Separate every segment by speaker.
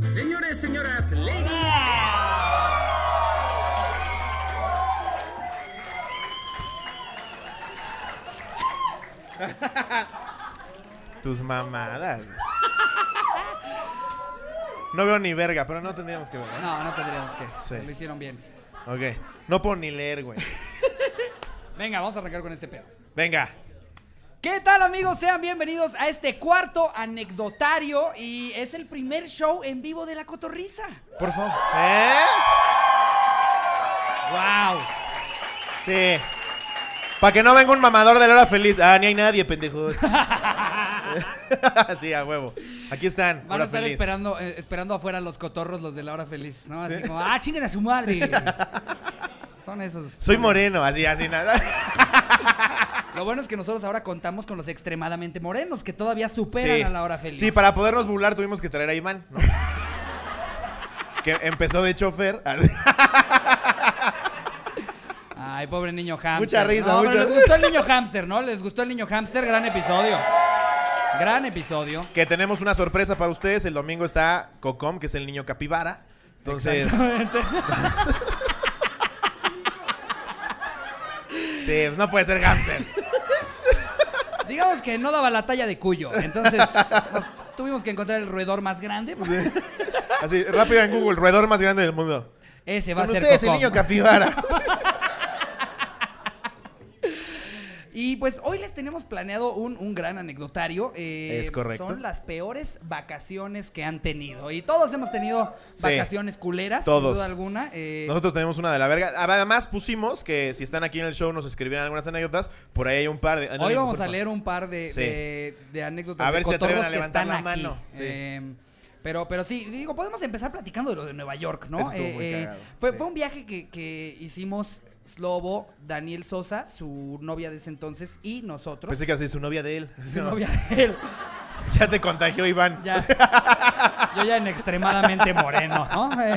Speaker 1: Señores, señoras, ladies.
Speaker 2: Tus mamadas. No veo ni verga, pero no tendríamos que ver. ¿no?
Speaker 3: No, no tendríamos que.
Speaker 2: Sí.
Speaker 3: Lo hicieron bien.
Speaker 2: Ok. No puedo ni leer, güey.
Speaker 3: Venga, vamos a arrancar con este pedo.
Speaker 2: Venga.
Speaker 3: ¿Qué tal amigos? Sean bienvenidos a este cuarto anecdotario y es el primer show en vivo de La Cotorrisa.
Speaker 2: Por favor. ¿Eh?
Speaker 3: ¡Wow!
Speaker 2: Sí. Para que no venga un mamador de la hora feliz. Ah, ni hay nadie, pendejos. sí, a huevo. Aquí están.
Speaker 3: Van a
Speaker 2: hora
Speaker 3: estar
Speaker 2: feliz.
Speaker 3: esperando, eh, esperando afuera los cotorros, los de la hora feliz, ¿no? Así como, ¡ah, chinguen a su madre! Son esos.
Speaker 2: Soy moreno, así, así nada.
Speaker 3: Lo bueno es que nosotros ahora contamos con los extremadamente morenos, que todavía superan
Speaker 2: Sí.
Speaker 3: a la hora feliz.
Speaker 2: Sí, para podernos burlar tuvimos que traer a Iván, ¿no? que empezó de chofer.
Speaker 3: Ay, pobre niño hamster.
Speaker 2: Mucha risa,
Speaker 3: No, pero
Speaker 2: mucha-
Speaker 3: Les gustó el niño hamster, ¿no? Les gustó el niño hamster, gran episodio. Gran episodio.
Speaker 2: que tenemos una sorpresa para ustedes. El domingo está Cocom, que es el niño capibara. Entonces. sí, pues no puede ser hamster.
Speaker 3: Digamos que no daba la talla de cuyo. Entonces, nos tuvimos que encontrar el roedor más grande.
Speaker 2: Así, rápido en Google, roedor más grande del mundo.
Speaker 3: Ese va
Speaker 2: Con
Speaker 3: a ser
Speaker 2: ustedes, el
Speaker 3: Cocom.
Speaker 2: niño capibara.
Speaker 3: Y pues hoy les tenemos planeado un, un gran anecdotario. eh,
Speaker 2: Es correcto.
Speaker 3: Son las peores vacaciones que han tenido. Y todos hemos tenido
Speaker 2: Sí.
Speaker 3: vacaciones culeras, sin
Speaker 2: Todos.
Speaker 3: duda alguna. eh,
Speaker 2: Nosotros tenemos una de la verga. Además, pusimos que si están aquí en el show nos escribieran algunas anécdotas. Por ahí hay un par de.
Speaker 3: Hoy
Speaker 2: Anónimo,
Speaker 3: vamos
Speaker 2: por
Speaker 3: a
Speaker 2: favor.
Speaker 3: leer un par de,
Speaker 2: Sí.
Speaker 3: de- de anécdotas
Speaker 2: A
Speaker 3: de
Speaker 2: ver si atreven
Speaker 3: cotorros
Speaker 2: a
Speaker 3: que
Speaker 2: levantar
Speaker 3: están
Speaker 2: la
Speaker 3: aquí.
Speaker 2: mano, sí.
Speaker 3: Eh, pero, pero sí, digo, podemos empezar platicando de lo de Nueva York, ¿no? Eh,
Speaker 2: Eso estuvo muy cagado,
Speaker 3: fue,
Speaker 2: sí.
Speaker 3: fue un viaje que, que hicimos Slobo, Daniel Sosa, su novia de ese entonces, y nosotros.
Speaker 2: Pensé que así su novia de él.
Speaker 3: su novia de él.
Speaker 2: Ya te contagió Iván.
Speaker 3: Ya. Yo ya en extremadamente moreno, ¿no? Eh,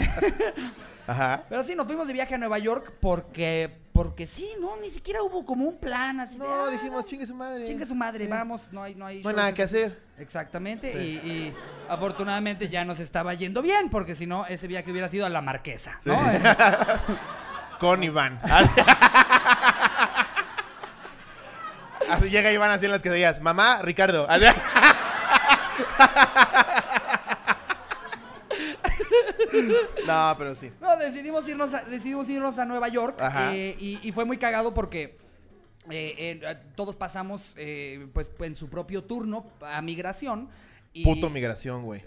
Speaker 2: Ajá.
Speaker 3: Pero sí, nos fuimos de viaje a Nueva York porque. Porque sí, ¿no? Ni siquiera hubo como un plan así de.
Speaker 2: No,
Speaker 3: "Ah,
Speaker 2: dijimos, chingue su madre.
Speaker 3: Chinga su madre, vamos, no hay, no hay.
Speaker 2: No hay
Speaker 3: shows
Speaker 2: nada
Speaker 3: ese-
Speaker 2: que hacer.
Speaker 3: Exactamente, y, y afortunadamente ya nos estaba yendo bien, porque si no, ese viaje hubiera sido a la marquesa, ¿no? Eh,
Speaker 2: Con Iván. Así llega Iván así en las quesadillas. Mamá, Ricardo. Así- No, pero sí.
Speaker 3: No, decidimos irnos a, decidimos irnos a Nueva York
Speaker 2: Ajá.
Speaker 3: eh, y, y fue muy cagado porque eh, eh, todos pasamos eh, pues en su propio turno a migración. Y
Speaker 2: Puto migración, güey.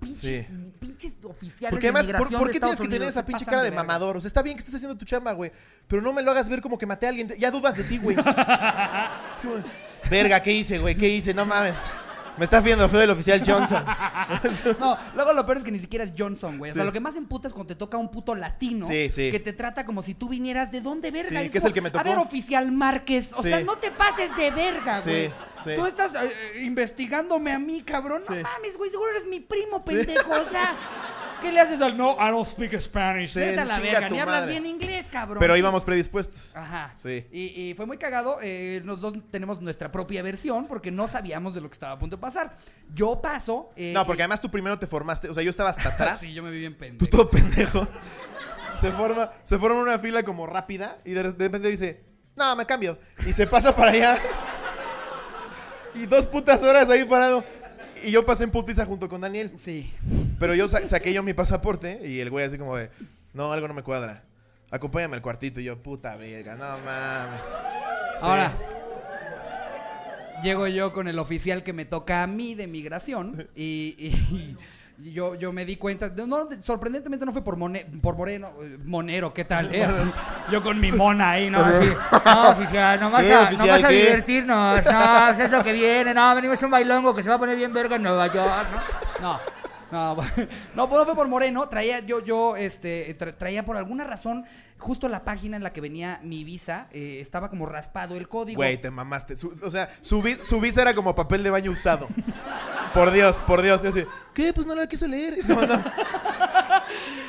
Speaker 3: pinches,
Speaker 2: sí.
Speaker 3: pinches oficiales
Speaker 2: Porque además,
Speaker 3: de
Speaker 2: ¿por,
Speaker 3: migración
Speaker 2: por
Speaker 3: de
Speaker 2: qué
Speaker 3: Estados
Speaker 2: tienes que tener
Speaker 3: Unidos
Speaker 2: esa
Speaker 3: se
Speaker 2: pinche
Speaker 3: pasan
Speaker 2: cara de
Speaker 3: verga.
Speaker 2: mamador? O sea, está bien que estés haciendo tu chamba, güey. Pero no me lo hagas ver como que maté a alguien. Ya dudas de ti, güey. Es como, verga, ¿qué hice, güey? ¿Qué hice? No mames. Me está viendo feo el oficial Johnson.
Speaker 3: No, luego lo peor es que ni siquiera es Johnson, güey. O sea,
Speaker 2: Sí.
Speaker 3: lo que más emputa es cuando te toca un puto latino
Speaker 2: Sí, sí.
Speaker 3: que te trata como si tú vinieras de dónde verga.
Speaker 2: Sí,
Speaker 3: Y
Speaker 2: que es
Speaker 3: como,
Speaker 2: el que me tocó.
Speaker 3: A ver, oficial Márquez. O
Speaker 2: Sí.
Speaker 3: sea, no te pases de verga,
Speaker 2: Sí,
Speaker 3: güey.
Speaker 2: sí.
Speaker 3: Tú estás eh, eh, investigándome a mí, cabrón. No
Speaker 2: Sí.
Speaker 3: mames, güey. Seguro eres mi primo, pendejo. O sea, ¿qué le haces al no? I don't speak Spanish.
Speaker 2: Sí,
Speaker 3: Vete a la
Speaker 2: chinga
Speaker 3: verga.
Speaker 2: tu
Speaker 3: Ni hablas
Speaker 2: madre.
Speaker 3: bien inglés, cabrón.
Speaker 2: Pero íbamos predispuestos.
Speaker 3: Ajá.
Speaker 2: Sí.
Speaker 3: Y, y fue muy cagado. eh, los dos tenemos nuestra propia versión porque no sabíamos de lo que estaba a punto de pasar. Yo paso. eh,
Speaker 2: No, porque
Speaker 3: y-
Speaker 2: además tú primero te formaste. O sea, yo estaba hasta atrás.
Speaker 3: Sí, yo me vi bien pendejo.
Speaker 2: Tú todo pendejo. Se forma, se forma una fila como rápida y de de repente dice, no, me cambio. Y se pasa para allá. Y dos putas horas ahí parado. Y yo pasé en putiza junto con Daniel.
Speaker 3: Sí.
Speaker 2: Pero yo sa- saqué yo mi pasaporte y el güey así como de, no, algo no me cuadra. Acompáñame al cuartito. Y yo, puta verga, no mames. Sí.
Speaker 3: Ahora. Llego yo con el oficial que me toca a mí de migración y, y- y yo, yo me di cuenta, no, sorprendentemente no fue por, mone- por Moreno, eh, Monero, ¿qué tal? eh? Así, yo con mi mona ahí, ¿no? Así, no, oficial, no
Speaker 2: ¿Qué, oficial, qué?
Speaker 3: divertirnos, no, pues es lo que viene, no, venimos a un bailongo que se va a poner bien verga en Nueva York, ¿no? No, no, no, pues no fue por Moreno, traía yo, yo, este, tra- traía por alguna razón, justo la página en la que venía mi visa, eh, estaba como raspado el código.
Speaker 2: Güey, te mamaste. Su- o sea, su, vi- su visa era como papel de baño usado. por Dios, por Dios. Yo así, ¿qué? Pues no la quiso leer. Es como, no.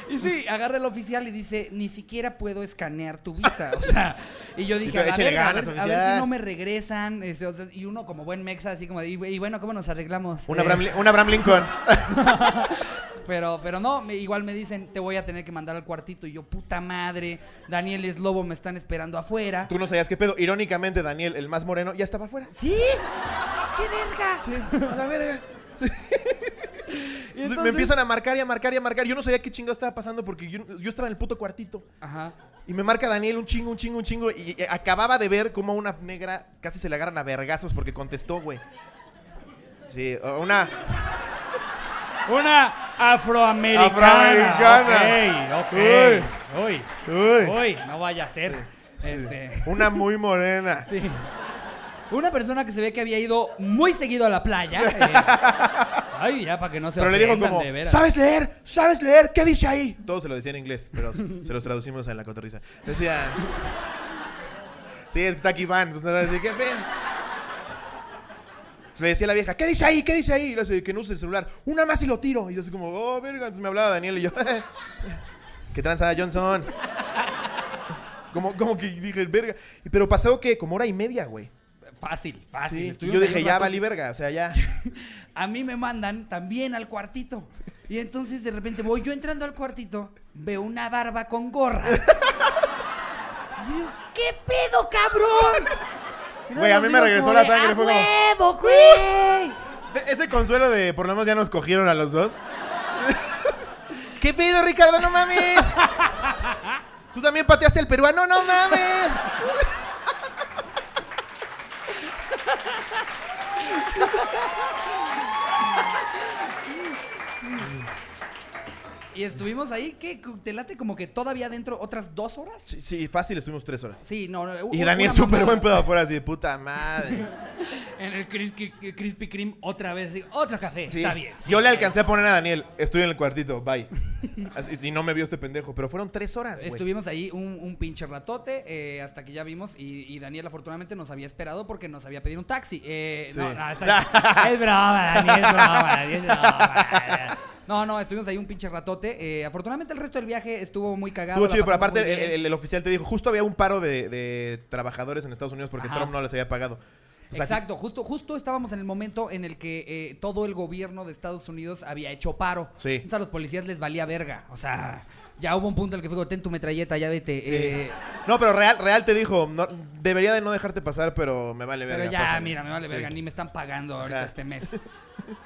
Speaker 3: Y sí, agarra el oficial y dice, ni siquiera puedo escanear tu visa. O sea, y yo dije,
Speaker 2: Dijo,
Speaker 3: a, la
Speaker 2: "Échale
Speaker 3: verga, a
Speaker 2: ganas,
Speaker 3: ver, a ver
Speaker 2: oficial".
Speaker 3: si no me regresan. este, o sea, y uno como buen mexa, así como, de, y, y bueno, ¿cómo nos arreglamos?
Speaker 2: Un
Speaker 3: Eh,
Speaker 2: Abraham, Li- un Abraham Lincoln.
Speaker 3: Pero, pero no, me- igual me dicen, te voy a tener que mandar al cuartito. Y yo, puta madre, Daniel es lobo, me están esperando afuera.
Speaker 2: Tú no sabías qué pedo. Irónicamente, Daniel, el más moreno, ya estaba afuera.
Speaker 3: ¿Sí? ¡Qué verga!
Speaker 2: A la verga.
Speaker 3: Y
Speaker 2: Entonces, me
Speaker 3: entonces-
Speaker 2: empiezan a marcar y a marcar y a marcar. Yo no sabía qué chingo estaba pasando porque yo, yo estaba en el puto cuartito.
Speaker 3: Ajá.
Speaker 2: Y me marca Daniel un chingo, un chingo, un chingo. Y y acababa de ver cómo a una negra casi se le agarran a vergazos porque contestó, güey. Sí, a una.
Speaker 4: Una
Speaker 2: Afroamericana.
Speaker 4: afroamericana. Ok, ok. Uy.
Speaker 2: Uy,
Speaker 4: Uy, no vaya a ser.
Speaker 2: sí,
Speaker 3: Este.
Speaker 2: Una muy morena.
Speaker 3: Sí. Una persona que se ve que había ido muy seguido a la playa. eh, Ay, ya, para que no se
Speaker 2: Pero le dijo
Speaker 3: ofendan,
Speaker 2: como,
Speaker 3: de veras.
Speaker 2: ¿sabes leer? ¿Sabes leer? ¿Qué dice ahí? Todo se lo decía en inglés, pero se los traducimos a la cotorriza. Decía... Sí, es que está aquí Iván, pues nada, decía, ¿qué fe? Se le decía a la vieja, ¿qué dice ahí? ¿Qué dice ahí? Y le dice, que no use el celular. Una más y lo tiro. Y yo así como, oh, verga. Entonces me hablaba Daniel y yo, ¿qué tranza, Johnson? Como, como que dije, verga. Y- Pero pasó que como hora y media, güey.
Speaker 3: Fácil, fácil.
Speaker 2: Sí,
Speaker 3: Ah, Estuvimos
Speaker 2: yo
Speaker 3: ahí
Speaker 2: dije,
Speaker 3: un
Speaker 2: ya
Speaker 3: rato.
Speaker 2: valí verga. O sea, ya.
Speaker 3: A mí me mandan también al cuartito. Y entonces de repente voy yo entrando al cuartito, veo una barba con gorra. Y yo, ¿qué pedo, cabrón? Y nada
Speaker 2: Güey, a
Speaker 3: más
Speaker 2: mí me
Speaker 3: digo
Speaker 2: regresó
Speaker 3: como
Speaker 2: la
Speaker 3: de,
Speaker 2: sangre,
Speaker 3: ¡A
Speaker 2: fue como-
Speaker 3: huevo, güey!
Speaker 2: E- Ese consuelo de por lo menos ya nos cogieron a los dos. ¿Qué pedo, Ricardo? ¡No mames! Tú también pateaste al peruano, no mames.
Speaker 3: Y estuvimos ahí, ¿qué? ¿Te late como que todavía dentro otras dos horas?
Speaker 2: Sí, sí, fácil, estuvimos tres horas.
Speaker 3: Sí, no. no, u-
Speaker 2: Y
Speaker 3: u-
Speaker 2: Daniel
Speaker 3: una
Speaker 2: súper
Speaker 3: mamada.
Speaker 2: buen pedo afuera, así de puta madre.
Speaker 3: En el Krispy, Krispy Kreme otra vez. digo, Otro café,
Speaker 2: Sí.
Speaker 3: está bien. sí,
Speaker 2: Yo le
Speaker 3: está
Speaker 2: alcancé a poner a Daniel, estoy en el cuartito, bye. Así- y no me vio este pendejo, pero fueron tres horas, güey.
Speaker 3: Estuvimos ahí un, un pinche ratote eh, hasta que ya vimos y, y Daniel afortunadamente nos había esperado porque nos había pedido un taxi. Eh,
Speaker 2: Sí.
Speaker 3: No, no, está- es broma, Dani, es broma, Dani, es broma. No, no, estuvimos ahí un pinche ratote. eh, afortunadamente el resto del viaje estuvo muy cagado.
Speaker 2: Estuvo
Speaker 3: la
Speaker 2: chido, pero
Speaker 3: pasamos
Speaker 2: aparte
Speaker 3: muy
Speaker 2: el,
Speaker 3: bien. ¿eh?
Speaker 2: el- el oficial te dijo, justo había un paro de, de trabajadores en Estados Unidos porque
Speaker 3: Ajá.
Speaker 2: Trump no les había pagado. O sea,
Speaker 3: Exacto, justo, justo estábamos en el momento en el que eh, todo el gobierno de Estados Unidos había hecho paro.
Speaker 2: Sí.
Speaker 3: Entonces a los policías les valía verga. O sea, ya hubo un punto en el que fue, como, ten tu metralleta, ya vete. eh,
Speaker 2: No, pero Real, Real te dijo, no- debería de no dejarte pasar, pero me vale verga.
Speaker 3: Pero ya,
Speaker 2: pásale".
Speaker 3: mira, me vale
Speaker 2: Sí.
Speaker 3: verga, ni me están pagando ahorita
Speaker 2: Ajá.
Speaker 3: este mes.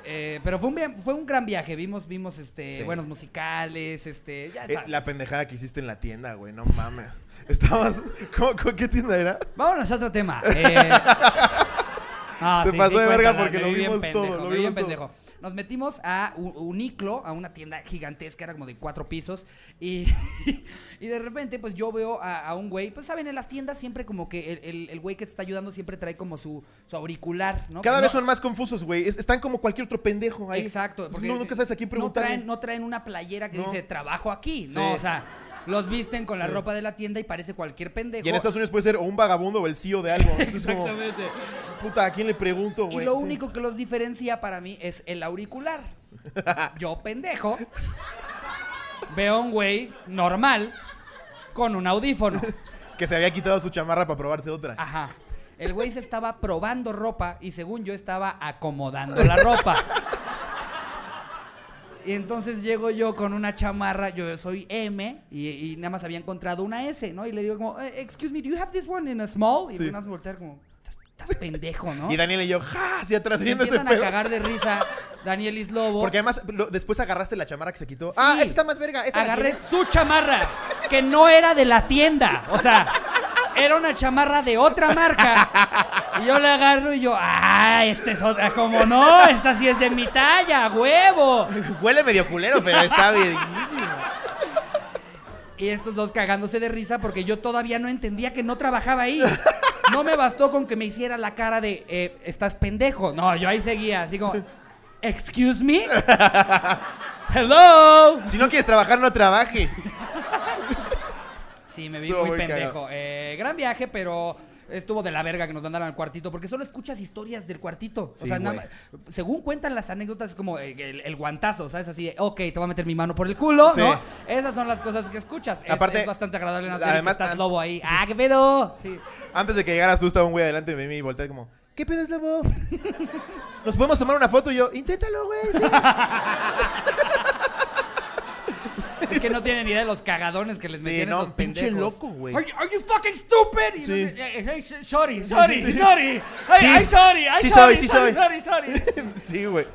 Speaker 3: Eh, pero fue un, bien- fue un gran viaje, vimos, vimos este,
Speaker 2: Sí.
Speaker 3: buenos musicales, este, ya
Speaker 2: Eh,
Speaker 3: sabes.
Speaker 2: la pendejada que hiciste en la tienda, güey, no mames. Estabas... ¿Cómo, cómo- qué tienda era?
Speaker 3: Vámonos a otro tema. Eh, no,
Speaker 2: Se pasó de verga
Speaker 3: cuéntala,
Speaker 2: porque
Speaker 3: me
Speaker 2: lo
Speaker 3: vi bien
Speaker 2: vimos todo,
Speaker 3: pendejo,
Speaker 2: lo
Speaker 3: me vi
Speaker 2: vimos
Speaker 3: bien
Speaker 2: todo.
Speaker 3: pendejo. Nos metimos a U- Uniclo, a una tienda gigantesca, era como de cuatro pisos. Y, y de repente, pues yo veo a, a un güey. Pues saben, en las tiendas siempre como que el, el- el güey que te está ayudando siempre trae como su, su auricular, ¿no? Pues,
Speaker 2: Cada
Speaker 3: No-
Speaker 2: vez son más confusos, güey. Es- están como cualquier otro pendejo ahí.
Speaker 3: Exacto.
Speaker 2: Entonces, no, nunca sabes a quién preguntar.
Speaker 3: No traen, no traen una playera que
Speaker 2: No.
Speaker 3: dice trabajo aquí.
Speaker 2: Sí.
Speaker 3: No, o sea, los visten con la ropa de la tienda y parece cualquier pendejo.
Speaker 2: Y en Estados Unidos puede ser o un vagabundo o el CEO de algo. Entonces, es como,
Speaker 4: Exactamente.
Speaker 2: puta, ¿a quién le pregunto, güey?
Speaker 3: Y lo
Speaker 2: Sí.
Speaker 3: único que los diferencia para mí es el auricular. Yo, pendejo, veo a un güey normal con un audífono.
Speaker 2: Que se había quitado su chamarra para probarse otra.
Speaker 3: Ajá. El güey se estaba probando ropa y según yo estaba acomodando la ropa. Y entonces llego yo con una chamarra, yo soy M y, y nada más había encontrado una S, ¿no? Y le digo como, "Eh, excuse me, do you have this one in a small? Y
Speaker 2: Sí.
Speaker 3: me van a voltear como, "Estás- estás pendejo, ¿no?
Speaker 2: Y Daniel y yo, ¡ja! Hacia atrás
Speaker 3: Se
Speaker 2: viendo ese
Speaker 3: empiezan a
Speaker 2: pedo.
Speaker 3: cagar de risa Daniel Islobo.
Speaker 2: Porque además, lo- después agarraste la chamarra que se quitó. Ah, esta está más verga. Esta la
Speaker 3: Agarré
Speaker 2: quieres".
Speaker 3: su chamarra, que no era de la tienda. O sea, era una chamarra de otra marca. Y yo la agarro y yo, ah, esta es otra. Como no, esta sí es de mi talla, huevo.
Speaker 2: Huele medio culero, pero está bien.
Speaker 3: Y estos dos cagándose de risa porque yo todavía no entendía que no trabajaba ahí. No me bastó con que me hiciera la cara de, eh, estás pendejo. No, yo ahí seguía, así como, excuse me. Hello.
Speaker 2: Si no quieres trabajar, no trabajes.
Speaker 3: Sí, me vi
Speaker 2: Estuvo
Speaker 3: muy,
Speaker 2: muy
Speaker 3: pendejo.
Speaker 2: cagado.
Speaker 3: Eh, gran viaje, pero estuvo de la verga que nos mandaran al cuartito, porque solo escuchas historias del cuartito.
Speaker 2: Sí,
Speaker 3: o sea, nada
Speaker 2: güey.
Speaker 3: más- según cuentan las anécdotas, es como eh, el, el guantazo, ¿sabes? Así de, ok, te voy a meter mi mano por el culo,
Speaker 2: Sí.
Speaker 3: ¿no? Esas son las cosas que escuchas. Es-
Speaker 2: Aparte-
Speaker 3: es, bastante agradable. ¿no? Ver que
Speaker 2: además,
Speaker 3: estás
Speaker 2: an-
Speaker 3: lobo ahí. ¡Ah, qué pedo! Sí.
Speaker 2: Antes de que llegaras tú, estaba un güey adelante de mí y volteé como, ¿qué pedo es lobo? ¿Nos podemos tomar una foto? Y yo, inténtalo, güey. sí".
Speaker 3: que no tienen idea de los cagadones que les
Speaker 2: Sí,
Speaker 3: metían
Speaker 2: no,
Speaker 3: esos
Speaker 2: pinche
Speaker 3: pendejos.
Speaker 2: loco, güey.
Speaker 3: Are, you- are you fucking stupid? Y
Speaker 2: Sí.
Speaker 3: no sé- eh, eh,
Speaker 4: Hey, sorry, sorry, sorry.
Speaker 2: Sí.
Speaker 4: Hey, I'm sorry, I'm
Speaker 2: Sí soy,
Speaker 4: sorry,
Speaker 2: sí
Speaker 4: sorry,
Speaker 2: soy.
Speaker 4: sorry, sorry.
Speaker 2: sí, güey.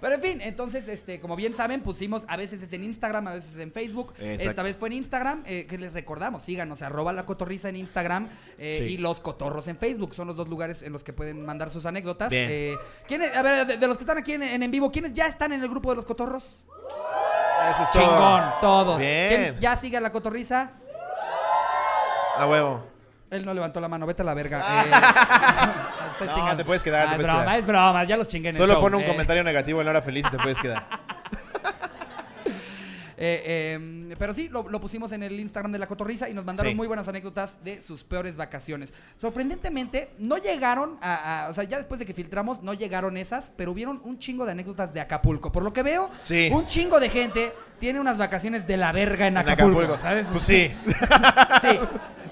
Speaker 3: Pero en fin, entonces, este, como bien saben, pusimos a veces es en Instagram, a veces en Facebook.
Speaker 2: Exacto.
Speaker 3: Esta vez fue en Instagram, eh, que les recordamos, síganos, arroba la cotorriza en Instagram eh,
Speaker 2: Sí.
Speaker 3: y los cotorros en Facebook. Son los dos lugares en los que pueden mandar sus anécdotas.
Speaker 2: Bien.
Speaker 3: Eh, ¿quiénes- a ver, de, de los que están aquí en, en en vivo, ¿quiénes ya están en el grupo de los cotorros?
Speaker 2: Eso es todo.
Speaker 3: Chingón, todos.
Speaker 2: Bien.
Speaker 3: ¿Quiénes ya sigue a la cotorriza?
Speaker 2: A huevo.
Speaker 3: Él no levantó la mano, vete a la verga. Eh, estoy
Speaker 2: No,
Speaker 3: chingando.
Speaker 2: te puedes quedar,
Speaker 3: Ah,
Speaker 2: te puedes
Speaker 3: es broma,
Speaker 2: quedar.
Speaker 3: es broma, ya los chingué en el
Speaker 2: Solo
Speaker 3: show,
Speaker 2: pone un
Speaker 3: eh.
Speaker 2: comentario negativo en la hora feliz y te puedes quedar.
Speaker 3: Eh, eh, pero sí, lo, lo pusimos en el Instagram de la Cotorriza y nos mandaron
Speaker 2: Sí.
Speaker 3: muy buenas anécdotas de sus peores vacaciones. Sorprendentemente, no llegaron a, a- O sea, ya después de que filtramos, no llegaron esas, pero hubieron un chingo de anécdotas de Acapulco. Por lo que veo,
Speaker 2: Sí.
Speaker 3: un chingo de gente tiene unas vacaciones de la verga en
Speaker 2: En
Speaker 3: Acapulco.
Speaker 2: Acapulco,
Speaker 3: ¿sabes?
Speaker 2: Pues sí.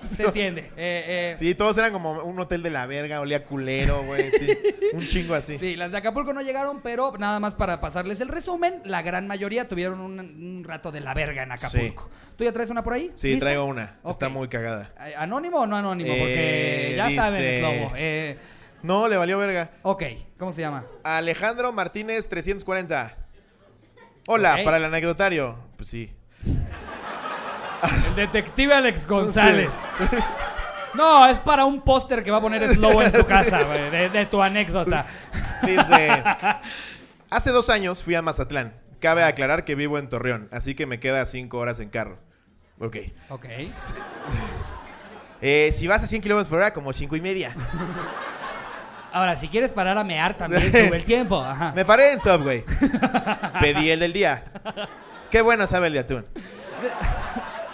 Speaker 3: Sí, se entiende. Eh, eh,
Speaker 2: Sí, todos eran como un hotel de la verga, olía culero, güey. Sí. Un chingo así.
Speaker 3: Sí, las de Acapulco no llegaron, pero nada más para pasarles el resumen, la gran mayoría tuvieron un, un rato de la verga en Acapulco. ¿Tú ya traes una por ahí?
Speaker 2: Sí,
Speaker 3: ¿Lista?
Speaker 2: traigo una. Está
Speaker 3: Ok.
Speaker 2: muy cagada.
Speaker 3: Eh, ¿Anónimo o no anónimo? Porque
Speaker 2: Eh,
Speaker 3: ya saben,
Speaker 2: dice-
Speaker 3: es lobo. Eh,
Speaker 2: No, le valió verga.
Speaker 3: ok, ¿cómo se llama?
Speaker 2: Alejandro Martínez 340. Hola,
Speaker 3: Ok.
Speaker 2: para el anecdotario. Pues sí.
Speaker 4: El detective Alex González. No, es para un póster que va a poner Slobo en su casa, güey, de, de tu anécdota.
Speaker 2: Dice, hace dos años fui a Mazatlán. Cabe aclarar que vivo en Torreón, así que me queda cinco horas en carro. Ok.
Speaker 3: Ok.
Speaker 2: Eh, si vas a 100 kilómetros por hora, como cinco y media.
Speaker 3: Ahora, si quieres parar a mear, también sube el tiempo. Ajá.
Speaker 2: Me paré en Subway. Pedí el del día. Qué bueno sabe el de atún.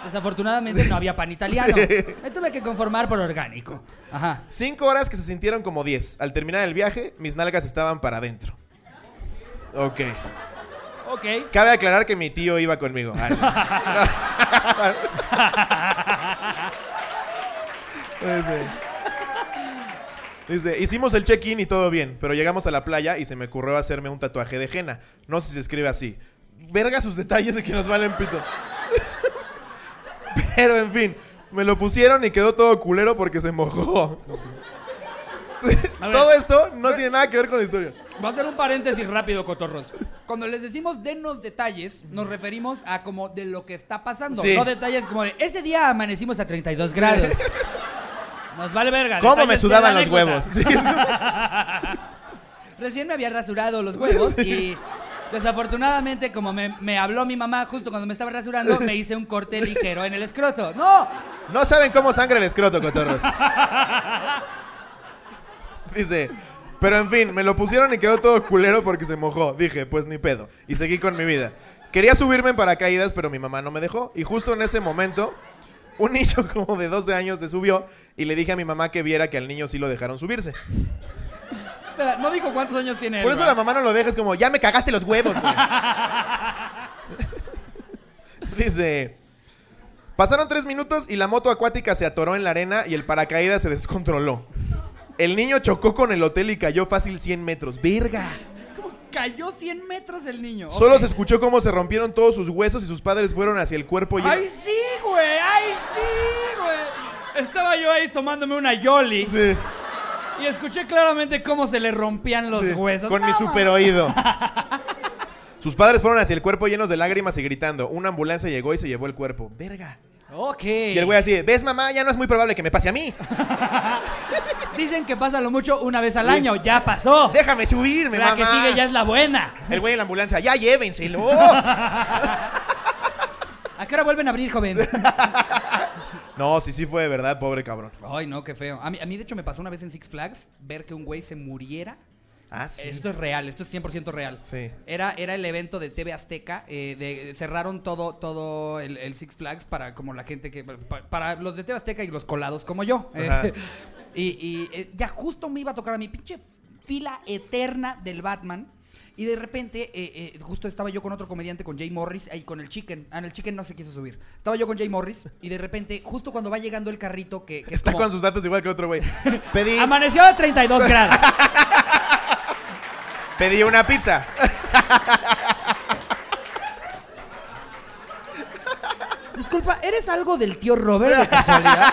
Speaker 3: Desafortunadamente no había pan italiano. Me tuve que conformar por orgánico. Ajá.
Speaker 2: Cinco horas que se sintieron como 10. Al terminar el viaje, mis nalgas estaban para adentro. Ok.
Speaker 3: Ok.
Speaker 2: Cabe aclarar que mi tío iba conmigo. Ah, no. Dice, hicimos el check-in y todo bien, pero llegamos a la playa y se me ocurrió hacerme un tatuaje de henna. No sé si se escribe así. Verga sus detalles de que nos valen pito. Pero en fin, me lo pusieron y quedó todo culero porque se mojó.
Speaker 4: A ver.
Speaker 2: todo esto no tiene nada que ver con la historia.
Speaker 3: Va a ser un paréntesis rápido, cotorros. Cuando les decimos denos detalles, nos referimos a como de lo que está pasando.
Speaker 2: Sí.
Speaker 3: No detalles como de ese día amanecimos a 32 grados.
Speaker 4: Nos vale verga.
Speaker 2: ¿Cómo
Speaker 4: detalles
Speaker 2: me
Speaker 4: de
Speaker 2: sudaban
Speaker 4: la
Speaker 2: los
Speaker 4: anécdota.
Speaker 2: huevos? Sí, es-
Speaker 3: Recién me había rasurado los huevos y desafortunadamente, como me, me habló mi mamá justo cuando me estaba rasurando, me hice un corte ligero en el escroto. ¡No!
Speaker 2: No saben cómo sangra el escroto, cotorros. Dice, pero en fin, me lo pusieron y quedó todo culero porque se mojó. Dije, pues ni pedo. Y seguí con mi vida. Quería subirme en paracaídas, pero mi mamá no me dejó. Y justo en ese momento, un niño como de 12 años se subió y le dije a mi mamá que viera que al niño sí lo dejaron subirse.
Speaker 3: Espera, No dijo cuántos años tiene. él,
Speaker 2: Por eso
Speaker 3: ¿verdad?
Speaker 2: la mamá no lo deja, es como, ya me cagaste los huevos, güey. Dice. Pasaron tres minutos y la moto acuática se atoró en la arena y el paracaídas se descontroló. El niño chocó con el hotel y cayó fácil 100 metros. ¡Verga!
Speaker 3: Cayó 100 metros el niño.
Speaker 2: Solo se escuchó cómo se rompieron todos sus huesos y sus padres fueron hacia el cuerpo lleno-
Speaker 3: ¡Ay, sí, güey! ¡Ay, sí, güey! Estaba yo ahí tomándome una Yoli
Speaker 2: Sí,
Speaker 3: y escuché claramente cómo se le rompían los
Speaker 2: sí,
Speaker 3: huesos.
Speaker 2: Con mi
Speaker 3: No,
Speaker 2: super oído. Sus padres fueron hacia el cuerpo llenos de lágrimas y gritando. Una ambulancia llegó y se llevó el cuerpo. ¡Verga!
Speaker 3: mames. Ok.
Speaker 2: Y el güey así, de, ¿ves mamá? Ya no es muy probable que me pase a mí.
Speaker 3: Dicen que pasa lo mucho una vez al año. Ya pasó.
Speaker 2: Déjame subirme, mamá.
Speaker 3: La que sigue ya es la buena.
Speaker 2: El güey en la ambulancia, ya llévenselo.
Speaker 3: ¿A qué hora vuelven a abrir, joven?
Speaker 2: no, sí, sí fue de verdad, pobre cabrón.
Speaker 3: Ay, no, qué feo. A mí, a mí, de hecho, me pasó una vez en Six Flags ver que un güey se muriera.
Speaker 2: Ah, sí.
Speaker 3: Esto es real, esto es 100% real.
Speaker 2: Sí.
Speaker 3: Era, era el evento de TV Azteca. eh, de- cerraron todo, todo el, el Six Flags para como la gente que. pa- Para los de TV Azteca y los colados como yo.
Speaker 2: Ajá.
Speaker 3: Eh, y y, eh, ya justo me iba a tocar a mi pinche fila eterna del Batman. Y de repente, eh, eh, justo estaba yo con otro comediante, con Jay Morris, ahí con el Chicken. Ah, no, el Chicken no se quiso subir. Estaba yo con Jay Morris y de repente, justo cuando va llegando el carrito que, que es
Speaker 2: Está
Speaker 3: como-
Speaker 2: con sus datos igual que el otro güey. Pedí,
Speaker 4: Amaneció a 32 grados.
Speaker 2: pedí una pizza.
Speaker 3: Pepa, ¿eres algo del tío Robert de casualidad?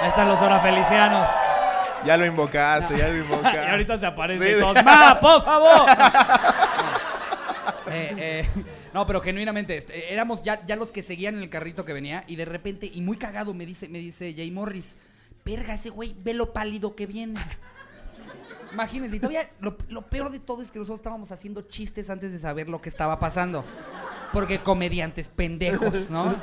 Speaker 4: Ahí están los orafelicianos.
Speaker 2: Ya lo invocaste, ya lo
Speaker 4: Y
Speaker 2: invocaste.
Speaker 4: ahorita se aparece
Speaker 2: Sí.
Speaker 4: Sosma, por favor.
Speaker 3: Eh, eh, no, pero genuinamente, este, éramos ya, ya los que seguían en el carrito que venía y de repente, y muy cagado, me dice, me dice Jay Morris, verga ese güey, ve lo pálido que vienes. Imagínense, y todavía lo, lo peor de todo es que nosotros estábamos haciendo chistes antes de saber lo que estaba pasando. Porque comediantes pendejos, ¿no?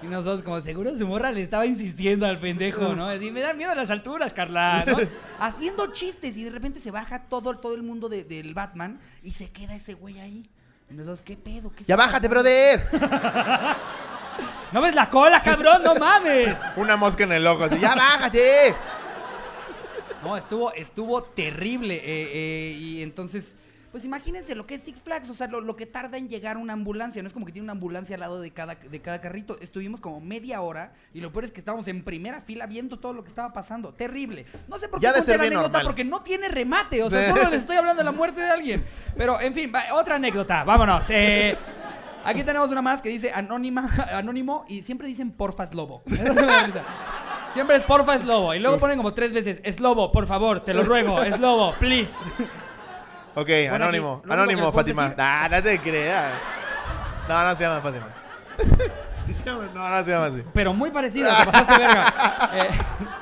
Speaker 3: Y nosotros como seguro su morra le estaba insistiendo al pendejo, ¿no? Así, me dan miedo las alturas, Carla, ¿no? Haciendo chistes y de repente se baja todo, todo el mundo de- del Batman y se queda ese güey ahí. Y nosotros, ¿qué pedo? ¿Qué
Speaker 2: Ya
Speaker 3: está
Speaker 2: bájate,
Speaker 3: pasando?"
Speaker 2: brother.
Speaker 4: ¿No ves la cola, cabrón? ¡No mames!
Speaker 2: Una mosca en el ojo, así, ya bájate.
Speaker 3: No, estuvo, estuvo terrible. eh, eh, y entonces, pues imagínense lo que es Six Flags, o sea, lo, lo que tarda en llegar una ambulancia. No es como que tiene una ambulancia al lado de cada, de cada carrito. Estuvimos como media hora y lo peor es que estábamos en primera fila viendo todo lo que estaba pasando. Terrible. No sé por qué
Speaker 2: Ya ha de
Speaker 3: conté
Speaker 2: ser
Speaker 3: la
Speaker 2: bien
Speaker 3: anécdota
Speaker 2: normal.
Speaker 3: porque no tiene remate. O sea,
Speaker 2: Sí.
Speaker 3: solo les estoy hablando de la muerte de alguien. Pero, en fin, va, otra anécdota. Vámonos. Eh, Aquí tenemos una más que dice anónima, anónimo y siempre dicen porfas lobo. Eso me da risa.
Speaker 4: Siempre es porfa, es lobo. Y luego ponen como tres veces: Es lobo, por favor, te lo ruego, es lobo, please.
Speaker 2: Ok,
Speaker 3: aquí, lo
Speaker 2: anónimo,
Speaker 3: único que
Speaker 2: anónimo,
Speaker 3: les puedo
Speaker 2: Fátima.
Speaker 3: decir-
Speaker 2: Nah, no te creas. No, no se llama Fátima. Sí se llama, no, no se llama así.
Speaker 4: Pero muy parecido,
Speaker 3: Mira, te pasaste verga. Eh,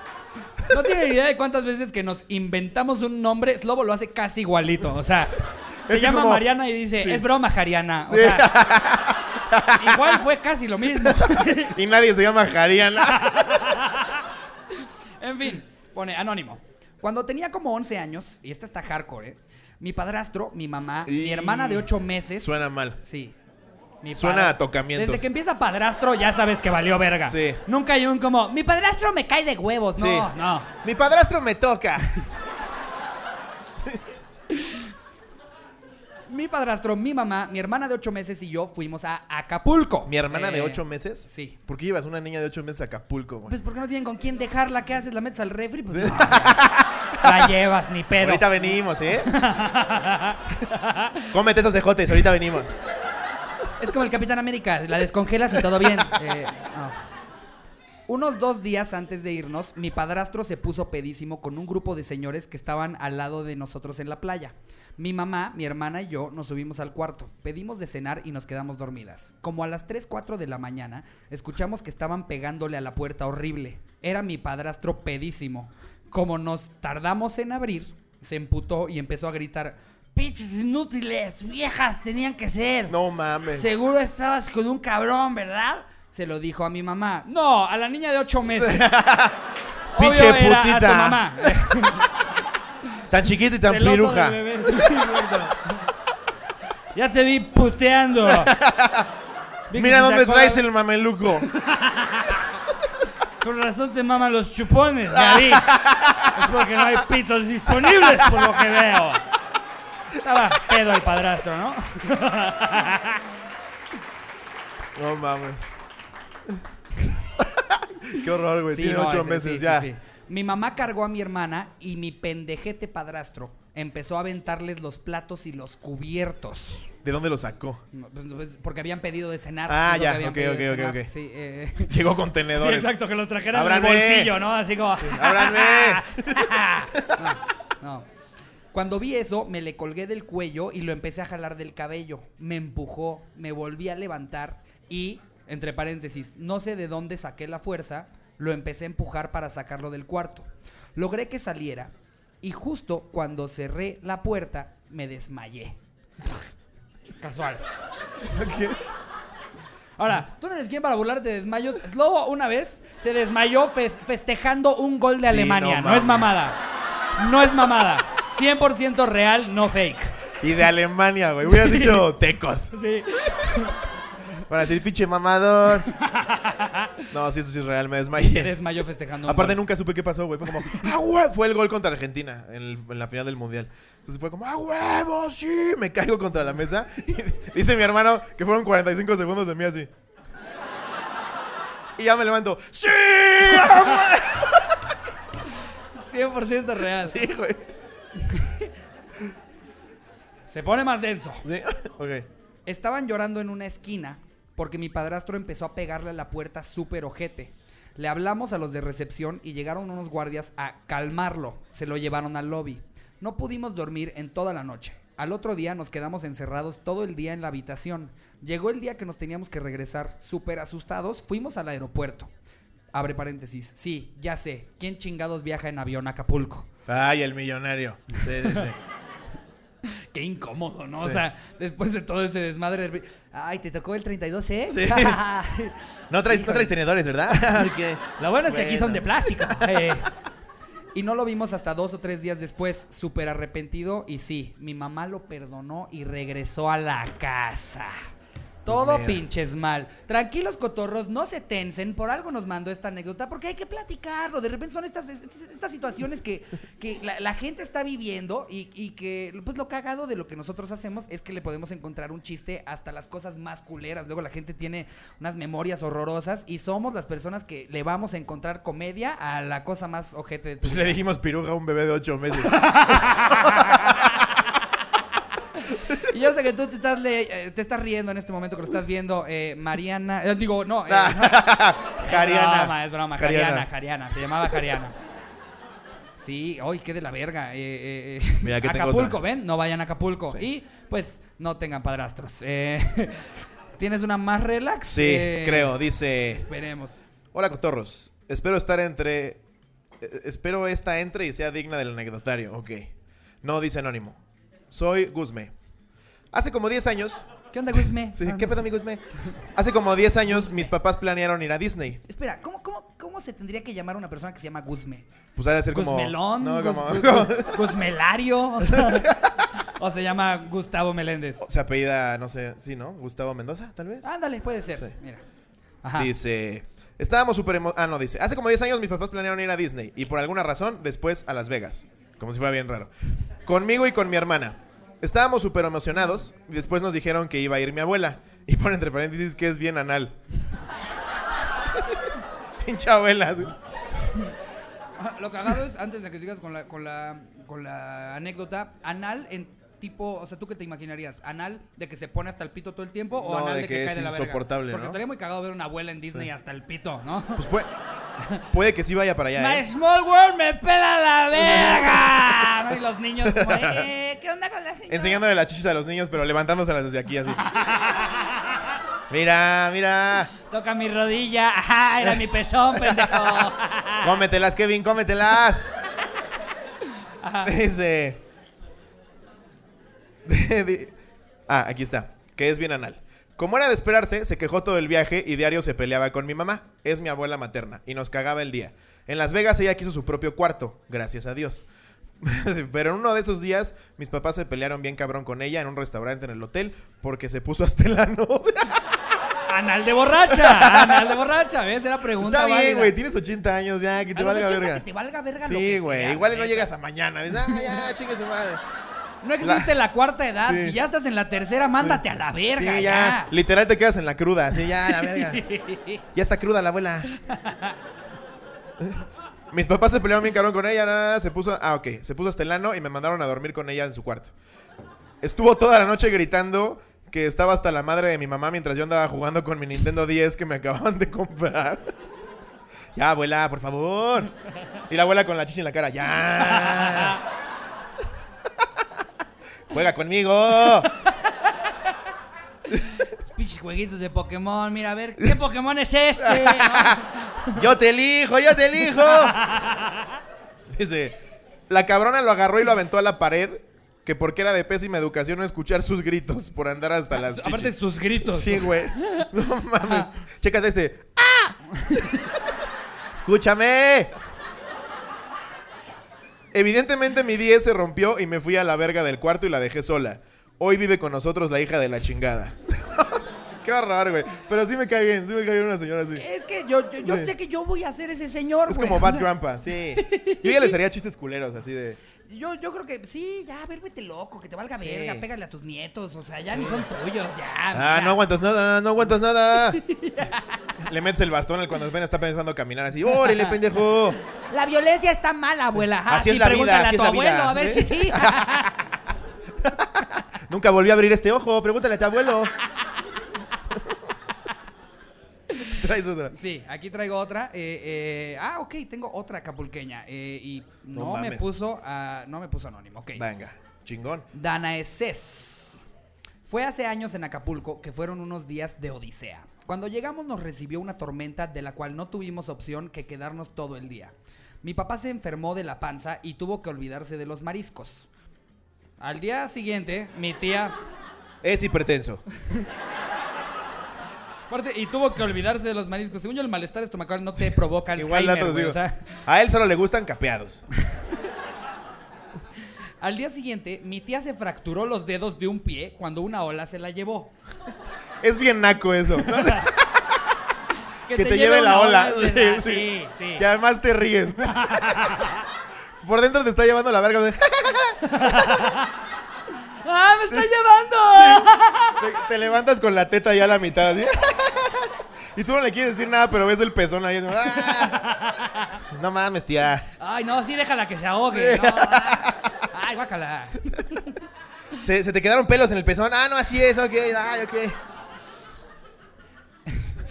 Speaker 3: no tienen idea de cuántas veces que nos inventamos un nombre, Slobo lo hace casi igualito. O sea,
Speaker 2: que
Speaker 4: Se
Speaker 2: es
Speaker 4: llama
Speaker 2: como-
Speaker 4: Mariana y dice,
Speaker 2: sí.
Speaker 4: es broma, Jariana. O
Speaker 2: Sí.
Speaker 4: sea, igual fue casi lo mismo.
Speaker 2: Y nadie se llama Jariana.
Speaker 4: en fin,
Speaker 3: Pone anónimo. Cuando tenía como 11 años, y esta está hardcore, ¿eh? mi padrastro, mi mamá, mi
Speaker 2: Y-
Speaker 3: hermana de 8 meses.
Speaker 2: Suena mal.
Speaker 3: Sí.
Speaker 4: mi
Speaker 2: Suena
Speaker 4: padre-
Speaker 2: a tocamientos.
Speaker 4: Desde que empieza padrastro, ya sabes que valió verga.
Speaker 2: Sí.
Speaker 4: Nunca hay un como, mi padrastro me cae de
Speaker 3: Huevos,
Speaker 4: No,
Speaker 3: no.
Speaker 4: no.
Speaker 2: Mi padrastro me toca.
Speaker 3: Mi padrastro, mi mamá, mi hermana de 8 meses y yo fuimos a Acapulco.
Speaker 2: ¿Mi hermana de
Speaker 3: Eh,
Speaker 2: ocho meses?
Speaker 3: sí.
Speaker 2: ¿Por qué llevas una niña de ocho meses a Acapulco, güey?
Speaker 3: Pues porque no tienen con quién dejarla, ¿qué haces? ¿La metes al refri? Pues no.
Speaker 4: La llevas, ni pedo.
Speaker 2: ahorita venimos, ¿eh? Cómete esos cejotes, ahorita venimos.
Speaker 3: Es como el Capitán América, la descongelas y todo bien. Eh, no. Unos dos días antes de irnos, mi padrastro se puso pedísimo con un grupo de señores que estaban al lado de nosotros en la playa. Mi mamá, mi hermana y yo nos subimos al cuarto, pedimos de cenar y nos quedamos dormidas. Como a las 3, 4 de la mañana, escuchamos que estaban pegándole a la puerta horrible. Era mi padrastro pedísimo. Como nos tardamos en abrir, se emputó y empezó a gritar, pinches inútiles, viejas tenían que ser.
Speaker 2: No mames.
Speaker 3: Seguro estabas con un cabrón, ¿verdad? Se lo dijo a mi mamá.
Speaker 4: No, a la niña de ocho meses. Obvio
Speaker 2: Pinche
Speaker 4: era a tu
Speaker 2: putita.
Speaker 4: mamá.
Speaker 2: Tan chiquita y tan
Speaker 4: Celoso
Speaker 2: piruja.
Speaker 4: del bebé, sí, exacto. ya te vi puteando. Vi que
Speaker 2: Mira
Speaker 4: se
Speaker 2: dónde
Speaker 4: sacó
Speaker 2: traes
Speaker 4: la-
Speaker 2: el mameluco.
Speaker 4: Con razón te maman los chupones, ya vi. Es porque no hay pitos disponibles, por lo que veo. Estaba pedo el padrastro, ¿no?
Speaker 2: No mames. Qué horror, güey.
Speaker 3: Sí,
Speaker 2: Tiene
Speaker 3: no,
Speaker 2: ocho
Speaker 3: ese-
Speaker 2: meses
Speaker 3: sí, sí,
Speaker 2: ya.
Speaker 3: sí. Mi mamá cargó a mi hermana y mi pendejete padrastro empezó a aventarles los platos y los cubiertos.
Speaker 2: ¿De dónde lo sacó?
Speaker 3: No, pues, pues, Porque habían pedido de cenar.
Speaker 2: Ah,
Speaker 3: es lo
Speaker 2: ya,
Speaker 3: que habían
Speaker 2: ok,
Speaker 3: pedido
Speaker 2: ok,
Speaker 3: de
Speaker 2: ok,
Speaker 3: cenar.
Speaker 2: ok.
Speaker 3: Sí, eh,
Speaker 2: Llegó con
Speaker 4: Sí,
Speaker 2: tenedores.
Speaker 4: exacto, que los trajeran en el
Speaker 2: Ábranme.
Speaker 4: bolsillo, ¿no? Así como...
Speaker 2: Ábranme.
Speaker 3: no. Cuando vi eso, me le colgué del cuello y lo empecé a jalar del cabello. Me empujó, me volví a levantar y, entre paréntesis, no sé de dónde saqué la fuerza, lo empecé a empujar para sacarlo del cuarto. Logré que saliera y justo cuando cerré la puerta, me desmayé. Casual. Ahora, tú no eres quien para burlarte de desmayos. Slobo una vez
Speaker 4: Se desmayó fes- festejando un gol de
Speaker 2: Sí,
Speaker 4: Alemania.
Speaker 2: no
Speaker 4: No, es
Speaker 2: mames.
Speaker 4: mamada. No es mamada. 100% real, no fake.
Speaker 2: Y de Alemania, güey. Hubieras dicho tecos.
Speaker 4: Sí.
Speaker 2: Para decir pinche mamador. No, sí, eso sí es real. Me
Speaker 3: se
Speaker 2: desmayé.
Speaker 3: desmayó festejando. un
Speaker 2: Aparte,
Speaker 3: gol.
Speaker 2: nunca supe qué pasó, güey. Fue como, ¡ah, huevo! Fue el gol contra Argentina en, el- en la final del mundial. Entonces fue como, ¡ah, huevo! ¡Sí! Me caigo contra la mesa. Y dice mi hermano que fueron 45 segundos de mí así. Y ya me levanto, ¡sí!
Speaker 4: 100% real.
Speaker 2: Sí, güey.
Speaker 4: Se pone más denso.
Speaker 2: Sí, ok.
Speaker 3: Estaban llorando en una esquina porque mi padrastro empezó a pegarle a la puerta súper ojete. Le hablamos a los de recepción y llegaron unos guardias a calmarlo. Se lo llevaron al lobby. No pudimos dormir en toda la noche. Al otro día nos quedamos encerrados todo el día en la habitación. Llegó el día que nos teníamos que regresar. Súper asustados, fuimos al aeropuerto. Abre paréntesis. Sí, ya sé. ¿Quién chingados viaja en avión a Acapulco?
Speaker 2: Ay, el millonario. Sí, sí, sí.
Speaker 3: Qué incómodo, ¿no? O
Speaker 2: Sí.
Speaker 3: sea, después de todo ese desmadre. de- Ay, ¿te tocó el 32, eh?
Speaker 2: Sí. No traes, no traes tenedores, ¿verdad? Porque-
Speaker 4: Lo bueno es que aquí son
Speaker 2: Bueno.
Speaker 4: de plástico. Eh,
Speaker 3: Y no lo vimos hasta dos o tres días después, súper arrepentido. Y sí, mi mamá lo perdonó y regresó a la casa. Todo
Speaker 2: Pues mira.
Speaker 3: pinches mal. Tranquilos, cotorros, no se tensen. Por algo nos mandó esta anécdota, porque hay que platicarlo. De repente son estas, estas- estas situaciones que, que la, la gente está viviendo y, y que, pues, lo cagado de lo que nosotros hacemos es que le podemos encontrar un chiste hasta las cosas más culeras. Luego la gente tiene unas memorias horrorosas y somos las personas que le vamos a encontrar comedia a la cosa más ojete de tu
Speaker 2: Pues le dijimos piruja a un bebé de ocho meses.
Speaker 3: Y yo sé que tú te estás, le- eh, te estás riendo en este momento que lo estás viendo, eh, Mariana. eh, digo, no, eh,
Speaker 2: Ah. Jariana.
Speaker 3: Es broma, es broma. Jariana, Jariana, se llamaba Jariana. Sí, hoy qué de la verga. eh, eh, eh.
Speaker 2: Mira, que tengo
Speaker 3: Acapulco,
Speaker 2: otra.
Speaker 3: ven, no vayan a Acapulco. Y pues no tengan padrastros. Eh, ¿Tienes una más relax?
Speaker 2: Sí,
Speaker 3: Eh,
Speaker 2: creo. Dice.
Speaker 3: Esperemos.
Speaker 2: Hola, cotorros. Espero estar entre. eh, Espero esta entre y sea digna del anecdotario. Ok. No dice anónimo. Soy Guzme. Hace como 10 años.
Speaker 3: ¿Qué onda, Guzmé?
Speaker 2: Sí,
Speaker 3: Ah,
Speaker 2: ¿Qué
Speaker 3: no.
Speaker 2: pedo, mi Guzme? Hace como 10 años mis papás planearon ir a Disney.
Speaker 3: Espera, ¿cómo, cómo, ¿cómo se tendría que llamar una persona que se llama Guzmé?
Speaker 2: Pues ha de ser como.
Speaker 3: Guzmelón,
Speaker 2: No,
Speaker 3: Guz-
Speaker 2: como.
Speaker 3: Gu- Gu- Guzmelario, o, sea, o se llama Gustavo Meléndez.
Speaker 2: Se apellida, no sé, sí, ¿no? Gustavo Mendoza, tal vez.
Speaker 3: Ándale, puede ser.
Speaker 2: Sí.
Speaker 3: Mira. Ajá.
Speaker 2: Dice, estábamos súper emo- Ah, no, dice, hace como 10 años mis papás planearon ir a Disney y por alguna razón después a Las Vegas. Como si fuera bien raro. Conmigo y con mi hermana. Estábamos súper emocionados y después nos dijeron que iba a ir mi abuela. Y pone entre paréntesis que es bien anal. Pinche abuela. sí.
Speaker 3: Ajá, Lo cagado es, antes de que sigas con la, con la, con la anécdota, anal en tipo, o sea, ¿tú qué te imaginarías? ¿Anal de que se pone hasta el pito todo el tiempo o
Speaker 2: No,
Speaker 3: anal
Speaker 2: de
Speaker 3: de,
Speaker 2: que
Speaker 3: que,
Speaker 2: es
Speaker 3: cae de la verga?
Speaker 2: insoportable,
Speaker 3: Porque
Speaker 2: ¿no?
Speaker 3: estaría muy cagado ver una abuela en Disney hasta el pito, ¿no?
Speaker 2: Pues puede, puede que sí vaya para allá.
Speaker 4: My
Speaker 2: ¿eh?
Speaker 4: small world me pela la verga.
Speaker 3: Ah, ¿no? Y los niños como, eh, ¿qué onda con la señora?
Speaker 2: Enseñándole las chichis a los niños, pero levantándoselas desde aquí así. Mira, mira.
Speaker 4: Toca mi rodilla. Ajá, era mi pezón, pendejo.
Speaker 2: Ah. Cómetelas, Kevin, cómetelas. Dice. Di- ah, aquí está. Que es bien anal. Como era de esperarse, se quejó todo el viaje y diario se peleaba con mi mamá. Es mi abuela materna. Y nos cagaba el día. En Las Vegas ella quiso su propio cuarto, gracias a Dios. Pero en uno de esos días, mis papás se pelearon bien cabrón con ella en un restaurante en el hotel porque se puso hasta el ano.
Speaker 4: Anal de borracha. Anal de borracha. ¿Ves? Era pregunta.
Speaker 2: Está bien,
Speaker 4: válida.
Speaker 2: güey. Tienes 80 años ya, que te
Speaker 3: A los
Speaker 2: valga
Speaker 3: 80
Speaker 2: verga.
Speaker 3: que te valga verga lo
Speaker 2: Sí,
Speaker 3: que
Speaker 2: güey.
Speaker 3: sea,
Speaker 2: Igual y no
Speaker 3: neta.
Speaker 2: llegas a mañana. dices, Ah, ya, chingue su madre.
Speaker 3: No existe la, cuarta edad.
Speaker 2: Sí.
Speaker 3: Si ya estás en la tercera, mándate a la verga.
Speaker 2: sí, ya.
Speaker 3: ya.
Speaker 2: Literal te quedas en la cruda. Sí, ya, la verga. ya está cruda la abuela. Mis papás se pelearon bien cabrón con ella. nada, nada, se puso. Ah, ok. Se puso hasta el ano y me mandaron a dormir con ella en su cuarto. Estuvo toda la noche gritando que estaba hasta la madre de mi mamá mientras yo andaba jugando con mi Nintendo 10 que me acababan de comprar. ya, abuela, por favor. Y la abuela con la chicha en la cara. Ya. Juega conmigo.
Speaker 3: Pinches jueguitos de Pokémon, mira, a ver.
Speaker 4: ¿Qué Pokémon es este?
Speaker 2: Yo te elijo, yo te elijo. Dice, la cabrona lo agarró y lo aventó a la pared, que porque era de pésima educación no escuchar sus gritos por andar hasta las chichis.
Speaker 4: Ah, Aparte sus gritos.
Speaker 2: Sí, güey. No mames. Chécate este. ¡Ah! ¡Escúchame! Evidentemente mi 10 se rompió y me fui a la verga del cuarto y la dejé sola. Hoy vive con nosotros la hija de la chingada. Qué horror, güey. Pero sí me cae bien, sí me cae bien una señora así.
Speaker 3: Es que yo, yo, yo
Speaker 2: Sí.
Speaker 3: sé que yo voy a ser ese señor,
Speaker 2: Es
Speaker 3: güey.
Speaker 2: como
Speaker 3: O
Speaker 2: Bad
Speaker 3: sea,
Speaker 2: Grandpa, sí. Yo ya les haría chistes culeros, así de.
Speaker 3: Yo, yo creo que sí, ya, a ver, vete loco, que te valga
Speaker 2: Sí.
Speaker 3: verga, pégale a tus nietos, o sea, ya ni son tuyos, ya.
Speaker 2: Ah,
Speaker 3: mira.
Speaker 2: no aguantas nada, no aguantas nada. Le metes el bastón al cuando apenas está pensando caminar así. ¡Órale, pendejo!
Speaker 3: La violencia está mala, abuela. ajá,
Speaker 2: Así es
Speaker 3: sí,
Speaker 2: la
Speaker 3: pregúntale
Speaker 2: vida, así es
Speaker 3: a tu
Speaker 2: la
Speaker 3: abuelo,
Speaker 2: vida. ¿eh?
Speaker 3: a ver si sí.
Speaker 2: Nunca volví a abrir este ojo, pregúntale a tu abuelo. traes otra.
Speaker 3: Sí, aquí traigo otra. eh, eh, ah, ok, tengo otra acapulqueña. eh, y
Speaker 2: No
Speaker 3: no, me
Speaker 2: mames.
Speaker 3: puso ah, no me puso anónimo, ok.
Speaker 2: Venga, chingón.
Speaker 3: Danae Cés. Fue hace años en Acapulco que fueron unos días de odisea. Cuando llegamos nos recibió una tormenta de la cual no tuvimos opción que quedarnos todo el día. Mi papá se enfermó de la panza y tuvo que olvidarse de los mariscos. Al día siguiente, mi tía...
Speaker 2: Es hipertenso.
Speaker 3: Aparte, y tuvo que olvidarse de los mariscos. Según yo, el malestar estomacal no te provoca
Speaker 2: Igual
Speaker 3: Alzheimer,
Speaker 2: datos
Speaker 3: güey,
Speaker 2: digo.
Speaker 3: o sea.
Speaker 2: A él solo le gustan capeados.
Speaker 3: Al día siguiente, mi tía se fracturó los dedos de un pie cuando una ola se la llevó.
Speaker 2: Es bien naco eso. que te,
Speaker 3: lleve
Speaker 2: lleve la
Speaker 3: una
Speaker 2: ola.
Speaker 3: de
Speaker 2: Sí,
Speaker 3: la-
Speaker 2: sí.
Speaker 4: sí, sí.
Speaker 2: Y además te ríes. Por dentro te está llevando la verga. Te,
Speaker 3: ¡Ah, me está llevando!
Speaker 2: te levantas con la teta ya a la mitad. así. Y tú no le quieres decir nada, pero ves el pezón ahí. como, "Ah". No mames, tía.
Speaker 4: Ay, no, sí, déjala que se ahogue. no.
Speaker 3: ¡Ay, guácala!
Speaker 2: ¿Se, se te quedaron pelos en el pezón. Ah, no, así es. Ok, ay, ok.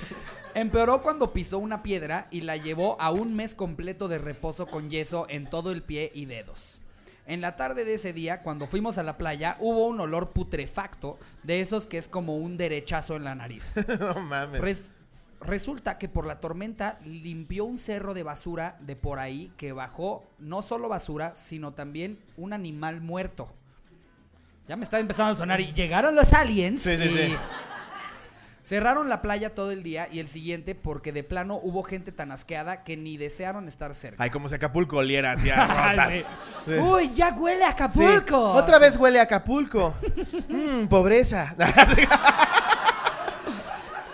Speaker 3: Empeoró cuando pisó una piedra y la llevó a un mes completo de reposo con yeso en todo el pie y dedos. En la tarde de ese día, cuando fuimos a la playa, hubo un olor putrefacto de esos que es como un derechazo en la nariz.
Speaker 2: No mames.
Speaker 3: Res- resulta que por la tormenta limpió un cerro de basura de por ahí que bajó no solo basura, sino también un animal muerto.
Speaker 4: Ya me está empezando a sonar y llegar.
Speaker 3: Llegaron los aliens
Speaker 2: Sí, sí,
Speaker 3: y
Speaker 2: sí.
Speaker 3: cerraron la playa todo el día y el siguiente porque de plano hubo gente tan asqueada que ni desearon estar cerca.
Speaker 2: Ay, como si Acapulco oliera así a rosas.
Speaker 4: Ay,
Speaker 2: Sí.
Speaker 3: ¡Uy, ya huele a
Speaker 2: Sí.
Speaker 3: Acapulco!
Speaker 2: Otra vez huele a Acapulco. Mmm, pobreza.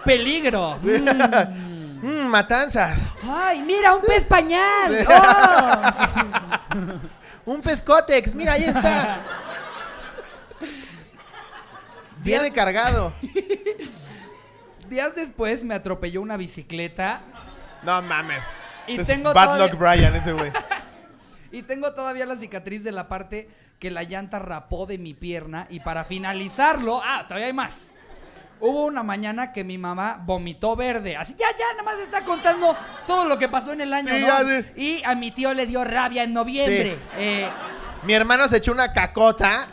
Speaker 3: ¡Peligro! Mm.
Speaker 2: Mmm, matanzas.
Speaker 3: ¡Ay, mira, un pez pañal! ¡Oh!
Speaker 2: Un pescotex. Mira, ahí está. Bien recargado.
Speaker 3: Días después me atropelló una bicicleta
Speaker 2: No mames.
Speaker 3: Y
Speaker 2: Es
Speaker 3: tengo
Speaker 2: Bad
Speaker 3: todavía-
Speaker 2: Luck Brian, ese güey.
Speaker 3: Y tengo todavía la cicatriz de la parte que la llanta rapó de mi pierna. Y para finalizarlo, ah, todavía hay más. Hubo una mañana que mi mamá vomitó verde. Así, ya, ya, nada más está contando todo lo que pasó en el año,
Speaker 2: Sí,
Speaker 3: ¿no?
Speaker 2: ya, sí.
Speaker 3: Y a mi tío le dio rabia en noviembre.
Speaker 2: Sí.
Speaker 3: Eh,
Speaker 2: Mi hermano se echó una cacota.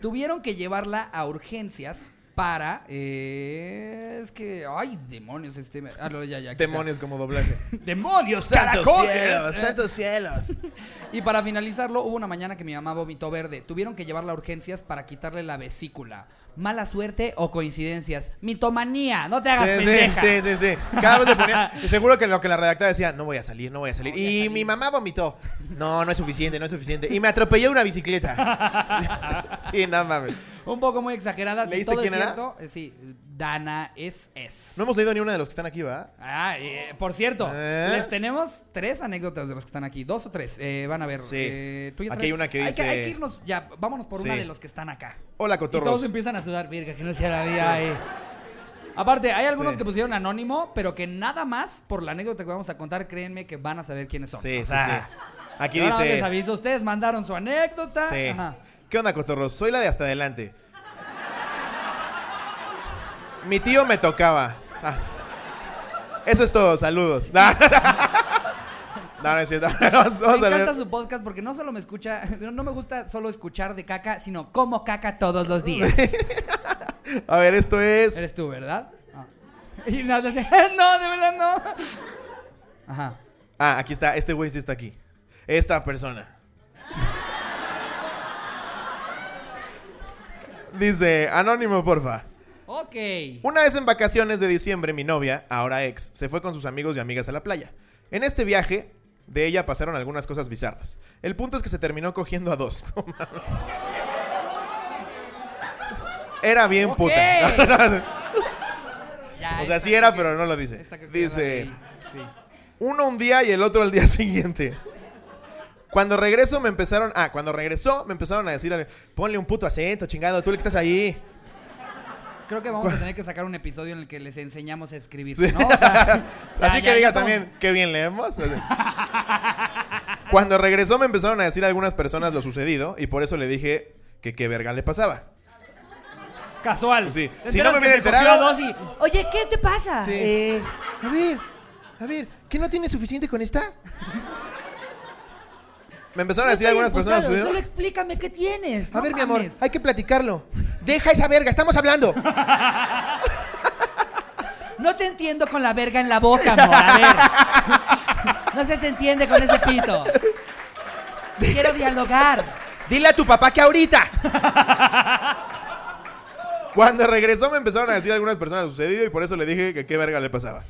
Speaker 3: tuvieron que llevarla a urgencias para. eh, es que. ¡Ay, demonios! Este, ah, no, ya, ya, aquí está.
Speaker 2: Demonios como doblaje.
Speaker 4: ¡Demonios,
Speaker 2: Santos cielos,
Speaker 3: Eh.
Speaker 4: caracoles!
Speaker 2: santos cielos.
Speaker 3: Y para finalizarlo, hubo una mañana que mi mamá vomitó verde. Tuvieron que llevarla a urgencias para quitarle la vesícula. Mala suerte o coincidencias. Mitomanía, no te hagas
Speaker 2: Sí, sí,
Speaker 3: pendeja.
Speaker 2: sí, sí, sí. Cada vez le ponía. y Seguro que lo que la redactaba decía, no voy a salir, no voy a salir. y mi mamá vomitó. No, no es suficiente, no es suficiente. Y me atropelló una bicicleta. sí, no mames.
Speaker 3: Un poco muy exagerada. Si
Speaker 2: ¿Leíste
Speaker 3: todo
Speaker 2: quién
Speaker 3: es
Speaker 2: era?
Speaker 3: cierto, eh, sí, Dana es es.
Speaker 2: No hemos leído ni una de los que están aquí, ¿verdad?
Speaker 3: Ah, eh, por cierto,
Speaker 2: ¿Eh?
Speaker 3: les tenemos tres anécdotas de los que están aquí. Dos o tres, eh, van a ver.
Speaker 2: Sí.
Speaker 3: eh, ¿tú ya
Speaker 2: Aquí
Speaker 3: traes?
Speaker 2: hay una que dice-
Speaker 3: Hay que irnos, ya, vámonos por una
Speaker 2: Sí.
Speaker 3: de los que están acá.
Speaker 2: Hola,
Speaker 4: Y todos
Speaker 2: cotorros.
Speaker 4: empiezan a sudar, virga, que no sea la vida. eh.
Speaker 3: Aparte, hay algunos
Speaker 2: Sí.
Speaker 3: que pusieron anónimo, pero que nada más por la anécdota que vamos a contar, créenme que van a saber quiénes son.
Speaker 2: Sí, sí,
Speaker 3: O
Speaker 2: sí.
Speaker 3: sea,
Speaker 2: Aquí
Speaker 3: Yo nada más les
Speaker 2: dice.
Speaker 3: aviso, ustedes mandaron su anécdota.
Speaker 2: Sí.
Speaker 3: Ajá.
Speaker 2: ¿Qué onda, cotorros? Soy la de hasta adelante. Mi tío me tocaba. Ah. Eso es todo, saludos. No, no, no es cierto. Vamos
Speaker 3: Me
Speaker 2: a leer.
Speaker 3: encanta su podcast porque no solo me escucha, no, no me gusta solo escuchar de caca, sino como caca todos los días.
Speaker 2: A ver, esto es.
Speaker 3: Eres tú, ¿verdad? Ah. Y nada, así, no, de verdad no. Ajá.
Speaker 2: Ah, aquí está. Este güey sí está aquí. Esta persona. Dice, anónimo, porfa.
Speaker 3: Ok.
Speaker 2: Una vez en vacaciones de diciembre, mi novia, ahora ex, se fue con sus amigos y amigas a la playa. En este viaje, de ella pasaron algunas cosas bizarras. El punto es que se terminó cogiendo a dos. No mames. Era bien
Speaker 3: Ok.
Speaker 2: puta.
Speaker 3: Ya,
Speaker 2: o sea,
Speaker 3: esta
Speaker 2: sí era,
Speaker 3: creo que-
Speaker 2: pero no lo dice.
Speaker 3: esta creo que
Speaker 2: Dice,
Speaker 3: ya la leí. Sí.
Speaker 2: uno un día y el otro al día siguiente. Cuando regreso me empezaron... Ah, cuando regresó me empezaron a decir, ponle un puto acento, chingado, tú el que estás ahí.
Speaker 3: Creo que vamos a tener que sacar un episodio en el que les enseñamos a escribir, ¿no? O sea, ya,
Speaker 2: Así
Speaker 3: ya,
Speaker 2: que
Speaker 3: ya
Speaker 2: digas
Speaker 3: estamos-
Speaker 2: también, qué bien leemos. Cuando regresó me empezaron a decir a algunas personas lo sucedido y por eso le dije que qué verga le pasaba.
Speaker 3: Casual.
Speaker 2: Sí.
Speaker 3: ¿Te
Speaker 2: Si no
Speaker 3: enteras
Speaker 2: me
Speaker 3: que
Speaker 2: hubiera
Speaker 3: se cogió
Speaker 2: enterado-
Speaker 3: a dos y-
Speaker 5: Oye, ¿qué te pasa?
Speaker 2: Sí.
Speaker 5: Eh,
Speaker 2: A ver, a ver, ¿qué no tiene suficiente con esta? Me empezaron a
Speaker 5: no
Speaker 2: decir
Speaker 5: estoy
Speaker 2: algunas
Speaker 5: emputado,
Speaker 2: personas.
Speaker 5: Solo
Speaker 2: ¿sí?
Speaker 5: explícame qué tienes.
Speaker 2: A
Speaker 5: no
Speaker 2: ver, mi amor,
Speaker 5: mames.
Speaker 2: hay que platicarlo. Deja esa verga, estamos hablando.
Speaker 5: No te entiendo con la verga en la boca, amor. A ver. No se te entiende con ese pito. Quiero dialogar.
Speaker 2: Dile a tu papá que ahorita. Cuando regresó me empezaron a decir algunas personas lo sucedido y por eso le dije que qué verga le pasaba.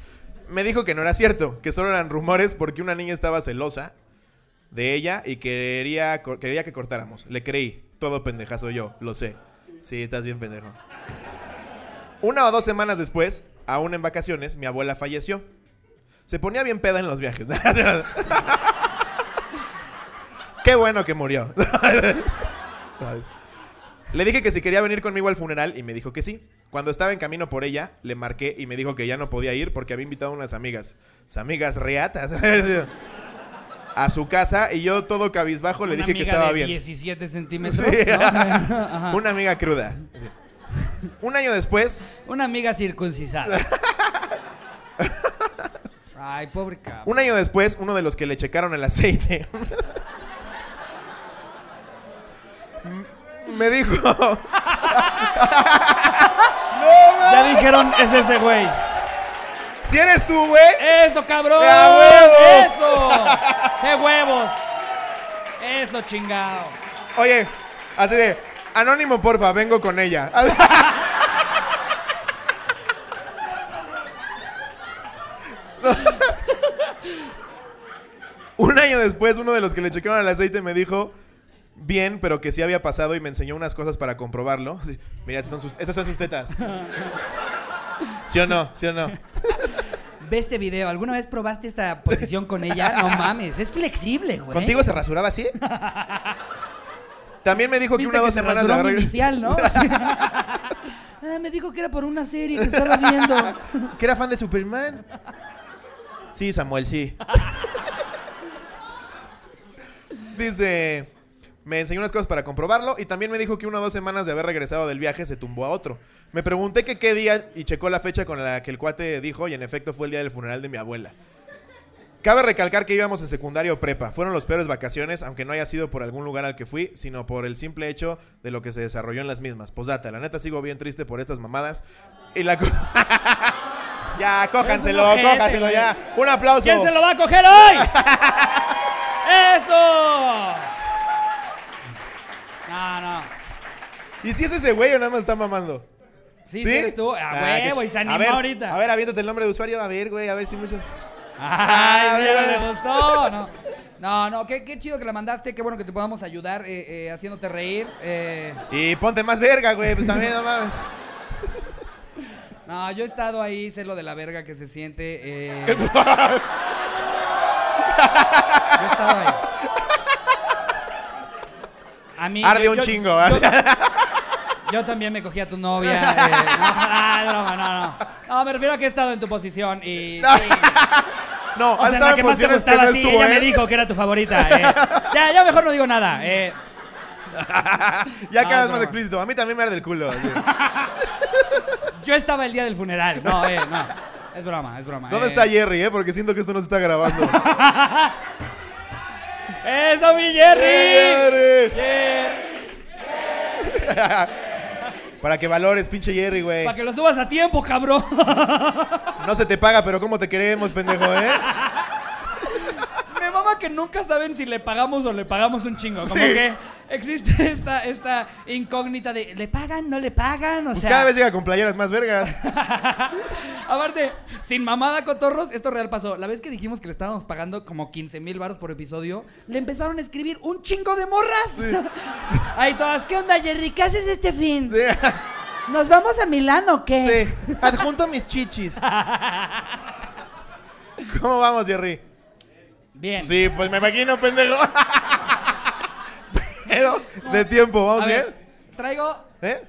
Speaker 2: Me dijo que no era cierto, que solo eran rumores porque una niña estaba celosa de ella y quería, co- quería que cortáramos. Le creí. Todo pendejazo yo, lo sé. Sí, estás bien pendejo. Una o dos semanas después, aún en vacaciones, mi abuela falleció. Se ponía bien peda en los viajes. Qué bueno que murió. le dije que si quería venir conmigo al funeral y me dijo que sí. Cuando estaba en camino por ella, le marqué y me dijo que ya no podía ir porque había invitado a unas amigas. Sus amigas reatas. a su casa y yo todo cabizbajo le
Speaker 3: Una
Speaker 2: dije que
Speaker 3: amiga
Speaker 2: estaba
Speaker 3: de
Speaker 2: bien.
Speaker 3: 17 centímetros.
Speaker 2: Sí.
Speaker 3: ¿no? Ajá.
Speaker 2: Una amiga cruda. Un año después,
Speaker 3: Una amiga circuncisada.
Speaker 6: Ay, pobre cabrón.
Speaker 2: un año después, uno de los que le checaron el aceite me dijo,
Speaker 3: ya dijeron, es ese güey.
Speaker 2: si eres tú, güey,
Speaker 3: ¡Eso, cabrón!
Speaker 2: ¡A huevo!
Speaker 3: ¡Eso! ¡Qué huevos! ¡Eso, chingado!
Speaker 2: Oye, así de, anónimo, porfa, vengo con ella. Un año después, uno de los que le checaron el aceite me dijo, bien, pero que sí había pasado y me enseñó unas cosas para comprobarlo. Así, Mira, esas son sus, esas son sus tetas. ¿Sí o no? ¿Sí o no?
Speaker 6: Pues, Ve este video. ¿Alguna vez probaste esta posición con ella? No mames. Es flexible, güey.
Speaker 2: ¿Contigo se rasuraba así? También me dijo que
Speaker 6: Viste
Speaker 2: una o
Speaker 6: que
Speaker 2: dos
Speaker 6: se
Speaker 2: semanas
Speaker 6: rasuró mi
Speaker 2: agarré-
Speaker 6: inicial, ¿no? Ah, me dijo que era por una serie que estaba viendo.
Speaker 2: que era fan de Superman. Sí, Samuel, sí. Dice, me enseñó unas cosas para comprobarlo y también me dijo que una o dos semanas de haber regresado del viaje se tumbó a otro. Me pregunté que qué día y checó la fecha con la que el cuate dijo y en efecto fue el día del funeral de mi abuela. Cabe recalcar que íbamos en secundario prepa. Fueron los peores vacaciones, aunque no haya sido por algún lugar al que fui, sino por el simple hecho de lo que se desarrolló en las mismas. Posdata, la neta sigo bien triste por estas mamadas. Y la... co- ya, cójanselo,
Speaker 3: ojete,
Speaker 2: cójanselo
Speaker 3: güey.
Speaker 2: ya. Un aplauso.
Speaker 3: ¿Quién se lo va a coger hoy? ¡Eso! No, no.
Speaker 2: ¿Y si es ese güey o nada más está mamando?
Speaker 3: Sí, sí eres tú. A
Speaker 2: Ah, qué
Speaker 3: huevo, y se
Speaker 2: ch-
Speaker 3: animó
Speaker 2: a ver,
Speaker 3: ahorita.
Speaker 2: A ver, aviéntate el nombre de usuario. A ver, güey, a ver si mucho... a
Speaker 3: Ay, mira,
Speaker 2: ver, a ver.
Speaker 3: le gustó. No.
Speaker 6: No, no, qué, qué chido que la mandaste, qué bueno que te podamos ayudar eh, eh, haciéndote reír. eh.
Speaker 2: Y ponte más verga, güey, pues también, no mames.
Speaker 6: no, yo he estado ahí, sé lo de la verga que se siente. eh. yo he estado ahí.
Speaker 3: A mí,
Speaker 2: Arde
Speaker 3: yo-
Speaker 2: un
Speaker 3: yo-
Speaker 2: chingo, ¿verdad?
Speaker 3: Yo también me cogí a tu novia. eh, no, ah, broma, no, no. No, me refiero a que he estado en tu posición y. sí.
Speaker 2: No,
Speaker 3: O
Speaker 2: has
Speaker 3: sea, la
Speaker 2: estado
Speaker 3: que
Speaker 2: en
Speaker 3: más te
Speaker 2: posiciones que
Speaker 3: gustaba
Speaker 2: no
Speaker 3: a ti,
Speaker 2: estuvo,
Speaker 3: ella me
Speaker 2: ¿eh?
Speaker 3: dijo que era tu favorita. eh. Ya, ya mejor no digo nada. eh.
Speaker 2: Ya
Speaker 3: No,
Speaker 2: cada vez
Speaker 3: no,
Speaker 2: más
Speaker 3: no.
Speaker 2: explícito. A mí también me arde el culo. así.
Speaker 3: Yo estaba el día del funeral. No, eh, no. Es broma, es broma.
Speaker 2: ¿Dónde
Speaker 3: eh.
Speaker 2: está Jerry, eh? Porque siento que esto no se está grabando.
Speaker 3: ¡Eso, mi Jerry!
Speaker 2: Eh, ¡Jerry!
Speaker 3: Jerry.
Speaker 2: Para que valores, pinche Jerry, güey.
Speaker 3: Para que lo subas a tiempo, cabrón.
Speaker 2: No se te paga, pero ¿cómo te queremos, pendejo, eh?
Speaker 3: Me mama que nunca saben si le pagamos o le pagamos un chingo. Como
Speaker 2: Sí.
Speaker 3: que existe esta, esta incógnita de ¿le pagan? ¿No le pagan? O
Speaker 2: Pues
Speaker 3: sea,
Speaker 2: cada vez llega con playeras más vergas.
Speaker 3: aparte, sin mamada cotorros, esto real pasó. La vez que dijimos que le estábamos pagando como 15 mil baros por episodio,
Speaker 6: Le empezaron a escribir un chingo de morras.
Speaker 3: ahí todas,
Speaker 5: ¿Qué onda, Jerry? ¿Qué haces este fin?
Speaker 2: Sí.
Speaker 5: ¿Nos vamos a Milán o qué?
Speaker 2: sí. Adjunto mis chichis. ¿Cómo vamos, Jerry?
Speaker 3: Bien.
Speaker 2: Sí, pues me imagino, pendejo. Pero de tiempo, ¿vamos
Speaker 3: A
Speaker 2: bien?
Speaker 3: ver, traigo.
Speaker 2: ¿Eh?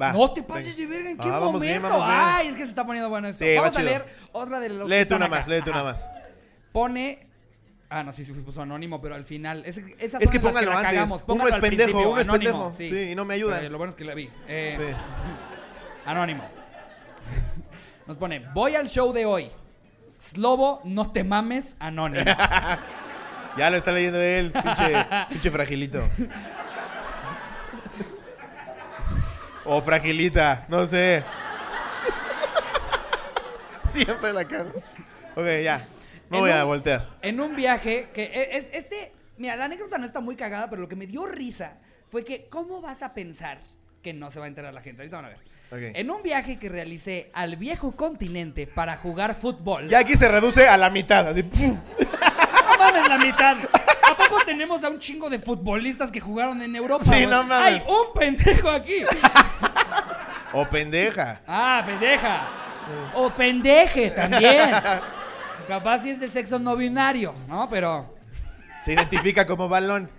Speaker 2: Va.
Speaker 3: No te pases de verga, ¿en qué
Speaker 2: Ah,
Speaker 3: momento?
Speaker 2: vamos bien, vamos bien.
Speaker 3: Ay, es que se está poniendo bueno eso.
Speaker 2: Sí, va
Speaker 3: vamos a
Speaker 2: chido.
Speaker 3: leer otra de los. que
Speaker 2: Léete
Speaker 3: están
Speaker 2: una
Speaker 3: acá.
Speaker 2: más, léete una
Speaker 3: Ajá.
Speaker 2: más.
Speaker 3: Pone. Ah, no, sí, sí, puso anónimo, pero al final. Es, esas
Speaker 2: Es
Speaker 3: son
Speaker 2: que
Speaker 3: en las
Speaker 2: póngalo
Speaker 3: la
Speaker 2: antes.
Speaker 3: cagamos.
Speaker 2: Uno
Speaker 3: Póngalo
Speaker 2: es
Speaker 3: al
Speaker 2: pendejo,
Speaker 3: principio,
Speaker 2: uno es
Speaker 3: anónimo,
Speaker 2: pendejo. Sí, y no me ayudan.
Speaker 3: Pero lo bueno es que la vi. Eh,
Speaker 2: Sí.
Speaker 4: Anónimo. Nos pone, voy al show de hoy. Slobo, no te mames, anónimo.
Speaker 2: Ya lo está leyendo él, pinche, pinche fragilito. O fragilita, no sé. Siempre la cago. Ok, ya. No
Speaker 3: En
Speaker 2: voy a
Speaker 3: un-
Speaker 2: voltear.
Speaker 3: En un viaje que e- es- este, mira, la anécdota no está muy cagada, pero lo que me dio risa fue que cómo vas a pensar que no se va a enterar la gente. Ahorita van a ver.
Speaker 2: Ok.
Speaker 3: En un viaje que realicé al viejo continente para jugar fútbol.
Speaker 2: Ya aquí se reduce a la mitad. Así, ¡pum!
Speaker 3: no mames la mitad. ¿A poco tenemos a un chingo de futbolistas que jugaron en Europa?
Speaker 2: Sí,
Speaker 3: güey?
Speaker 2: no mames.
Speaker 3: Hay un pendejo aquí.
Speaker 2: O pendeja.
Speaker 4: Ah, pendeja.
Speaker 3: O pendeje también. Capaz si es de sexo no binario, ¿no? Pero.
Speaker 2: Se identifica como balón.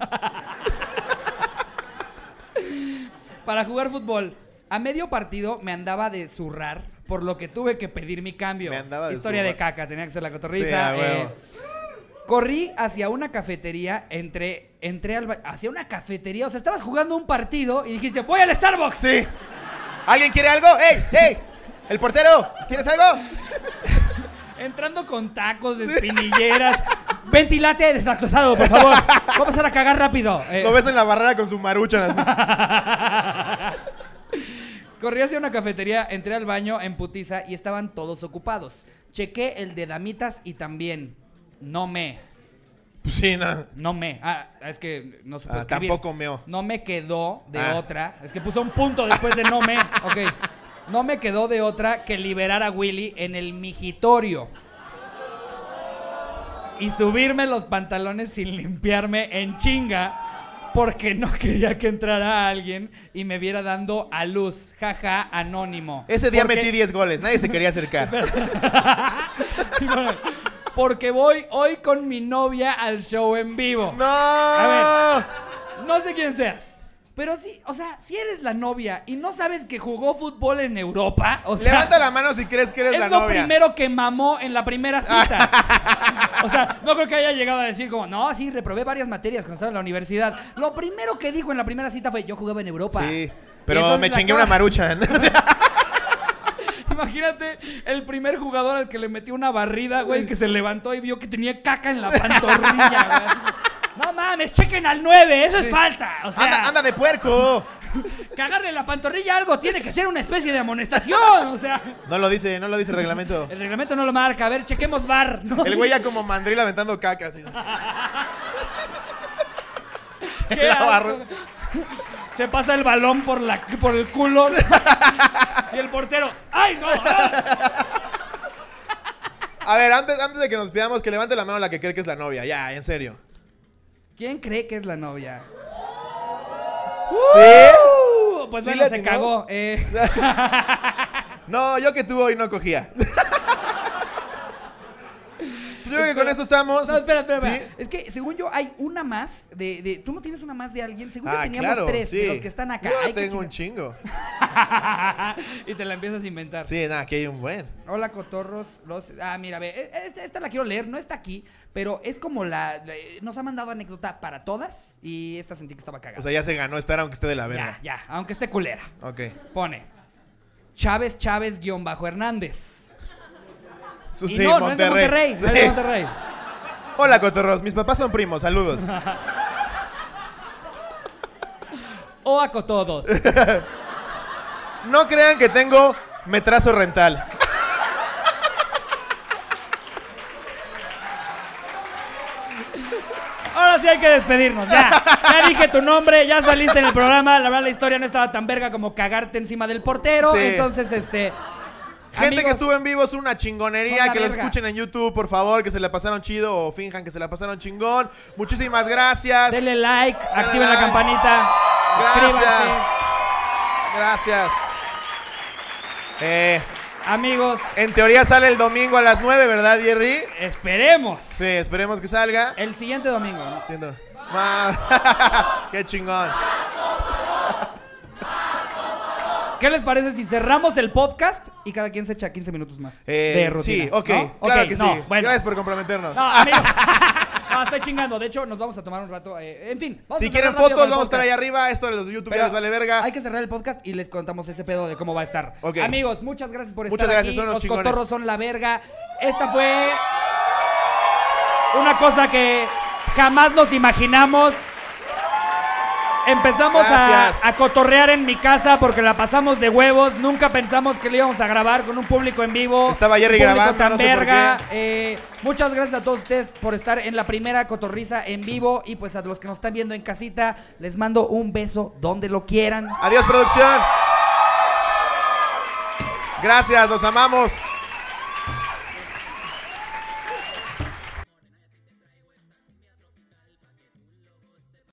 Speaker 3: Para jugar fútbol, a medio partido me andaba de zurrar, por lo que tuve que pedir mi cambio.
Speaker 2: Me andaba de
Speaker 3: Historia de
Speaker 2: zurrar.
Speaker 3: caca, tenía que ser la
Speaker 2: Sí,
Speaker 3: cotorriza. eh.
Speaker 2: a huevo.
Speaker 3: corrí hacia una cafetería, entré, entré al ba- hacia una cafetería, o sea, estabas jugando un partido y dijiste, voy al Starbucks.
Speaker 2: Sí. ¿Alguien quiere algo? ¡Ey! ¡Ey! ¡El portero! ¿Quieres algo?
Speaker 4: Entrando con tacos, de espinilleras.
Speaker 3: Ventilate desactosado, por favor. Vamos a cagar rápido. Eh,
Speaker 2: Lo ves en la barrera con su marucha. así.
Speaker 3: Corrí hacia una cafetería, entré al baño en putiza y estaban todos ocupados. Chequé el de damitas y también. No me.
Speaker 2: Pues sí, no.
Speaker 3: No me. Ah, es que no supo
Speaker 2: Ah,
Speaker 4: pues,
Speaker 3: escribir.
Speaker 2: tampoco meo.
Speaker 3: No me quedó de
Speaker 2: Ah.
Speaker 3: otra. Es que puso un punto después de no me. Ok. No me quedó de otra que liberar a Willy en el mijitorio.
Speaker 4: y subirme los pantalones sin limpiarme en chinga porque no quería que entrara alguien y me viera dando a luz. Jaja, anónimo.
Speaker 2: Ese día
Speaker 4: Porque-
Speaker 2: metí 10 goles. Nadie se quería acercar.
Speaker 4: Porque voy hoy con mi novia al show en vivo.
Speaker 2: ¡No! A ver.
Speaker 4: No sé quién seas.
Speaker 3: Pero sí, o sea, si eres la novia y no sabes que jugó fútbol en Europa, o sea,
Speaker 2: Levanta la mano si crees que eres
Speaker 4: Es
Speaker 2: la
Speaker 4: lo
Speaker 2: novia.
Speaker 4: primero que mamó en la primera cita. o sea, no creo que haya llegado a decir como, no,
Speaker 3: No, sí, reprobé varias materias cuando estaba en la universidad. Lo primero que dijo en la primera cita fue, yo jugaba en Europa.
Speaker 2: Sí.
Speaker 3: Y
Speaker 2: Pero
Speaker 3: entonces
Speaker 2: me
Speaker 3: la
Speaker 2: chingué
Speaker 3: acabas-
Speaker 2: una marucha.
Speaker 4: Imagínate el primer jugador al que le metió una barrida, güey, que se levantó y vio que tenía caca en la pantorrilla, güey. Así como, No mames, chequen al 9, eso es falta. O sea,
Speaker 2: anda, anda de puerco.
Speaker 4: cagarle la pantorrilla a algo tiene que ser una especie de amonestación. O sea,
Speaker 2: No lo dice, no lo dice el reglamento.
Speaker 4: el reglamento no lo marca. A ver, chequemos bar. ¿no?
Speaker 2: El güey ya como mandril aventando caca. así.
Speaker 4: Qué
Speaker 2: la
Speaker 4: asco.
Speaker 2: barra.
Speaker 4: Se pasa el balón por, la, por el culo. y el portero, ¡ay no! ah".
Speaker 2: A ver, antes, antes de que nos pidamos que levante la mano la que cree que es la novia. Ya, en serio.
Speaker 3: ¿Quién cree que es la novia?
Speaker 2: ¿Sí?
Speaker 4: Uh, Pues
Speaker 2: Sí
Speaker 4: bueno,
Speaker 2: le
Speaker 4: se
Speaker 2: atinó.
Speaker 4: cagó. Eh,
Speaker 2: No, yo que tuve hoy no cogía. Pues Yo creo que con esto estamos.
Speaker 3: No, espera, espera,
Speaker 2: ¿Sí?
Speaker 3: espera. Es que según yo hay una más de, de- ¿Tú no tienes una más de alguien? Según yo
Speaker 2: Ah,
Speaker 3: teníamos
Speaker 2: claro,
Speaker 3: tres
Speaker 2: sí.
Speaker 3: de los que están acá.
Speaker 2: Yo
Speaker 3: Ay, qué
Speaker 2: tengo un
Speaker 3: chinga-
Speaker 2: chingo.
Speaker 4: y te la empiezas a inventar.
Speaker 2: Sí, nada, aquí hay un buen.
Speaker 3: Hola, cotorros. Los... Ah, mira, ve. eh, Esta, esta la quiero leer, no está aquí, pero es como la. la- Nos ha mandado anécdota para todas y esta sentí que estaba cagada.
Speaker 2: O sea, ya se ganó estar aunque esté de la verga.
Speaker 3: ya, ya, aunque esté culera.
Speaker 2: Ok.
Speaker 3: Pone Chávez Chávez guión bajo Hernández.
Speaker 2: Su-
Speaker 3: Y
Speaker 2: sí,
Speaker 3: no, no es de Monterrey, no es de
Speaker 2: Sí.
Speaker 3: Monterrey.
Speaker 2: Hola, cotorros. Mis papás son primos. Saludos.
Speaker 4: O a todos.
Speaker 2: No crean que tengo metrazo rental.
Speaker 4: Ahora sí hay que despedirnos, ya. Ya dije tu nombre, ya saliste en el programa. La verdad, la historia no estaba tan verga como cagarte encima del portero.
Speaker 2: Sí.
Speaker 4: Entonces, este.
Speaker 2: Gente que
Speaker 4: amigos,
Speaker 2: estuvo en vivo es una
Speaker 3: son
Speaker 2: chingonería.
Speaker 3: la
Speaker 2: Que lo
Speaker 3: verga.
Speaker 2: escuchen en YouTube, por favor. Que se la pasaron chido o finjan que se la pasaron chingón. Muchísimas gracias.
Speaker 4: Denle like, activen la
Speaker 2: like.
Speaker 4: campanita.
Speaker 2: Gracias.
Speaker 4: suscríbanse.
Speaker 2: Gracias. Eh,
Speaker 4: Amigos,
Speaker 2: en teoría sale el domingo a las 9, ¿verdad, Jerry?
Speaker 4: esperemos.
Speaker 2: Sí, esperemos que salga.
Speaker 4: El siguiente domingo, ¿no?
Speaker 2: Siento. Ma- Qué chingón.
Speaker 4: ¿Qué les parece si cerramos el podcast?
Speaker 3: Y cada quien se echa 15 minutos más.
Speaker 2: Eh,
Speaker 4: De rutina,
Speaker 2: sí, ok,
Speaker 4: ¿no?
Speaker 2: claro
Speaker 4: Ok,
Speaker 2: que
Speaker 4: no,
Speaker 2: sí.
Speaker 4: bueno.
Speaker 2: Gracias por comprometernos.
Speaker 4: No, amigos.
Speaker 3: No, estoy chingando. De hecho, nos vamos a tomar un rato. eh, en fin. vamos
Speaker 2: Si
Speaker 3: a cerrar
Speaker 2: quieren
Speaker 3: rápido
Speaker 2: fotos,
Speaker 3: con el
Speaker 2: vamos a estar
Speaker 3: podcast.
Speaker 2: ahí arriba. Esto de los YouTube ya
Speaker 3: Pero
Speaker 2: les vale verga.
Speaker 3: Hay que cerrar el podcast y les contamos ese pedo de cómo va a estar.
Speaker 2: Ok.
Speaker 3: Amigos, muchas gracias por
Speaker 2: Muchas
Speaker 3: estar
Speaker 2: gracias,
Speaker 3: aquí.
Speaker 2: son unos
Speaker 3: Los
Speaker 2: chingones.
Speaker 3: cotorros son la verga. Esta fue una cosa que jamás nos imaginamos. Empezamos a,
Speaker 2: Gracias.
Speaker 3: a cotorrear en mi casa porque la pasamos de huevos. Nunca pensamos que lo íbamos a grabar con un público en vivo.
Speaker 2: Estaba Jerry
Speaker 3: un público
Speaker 2: grabando,
Speaker 3: tan
Speaker 2: no sé por
Speaker 3: verga.
Speaker 2: qué.
Speaker 3: Eh, muchas gracias a todos ustedes por estar en la primera cotorriza en vivo y pues a los que nos están viendo en casita, les mando un beso donde lo quieran.
Speaker 2: Adiós, producción. Gracias, los amamos.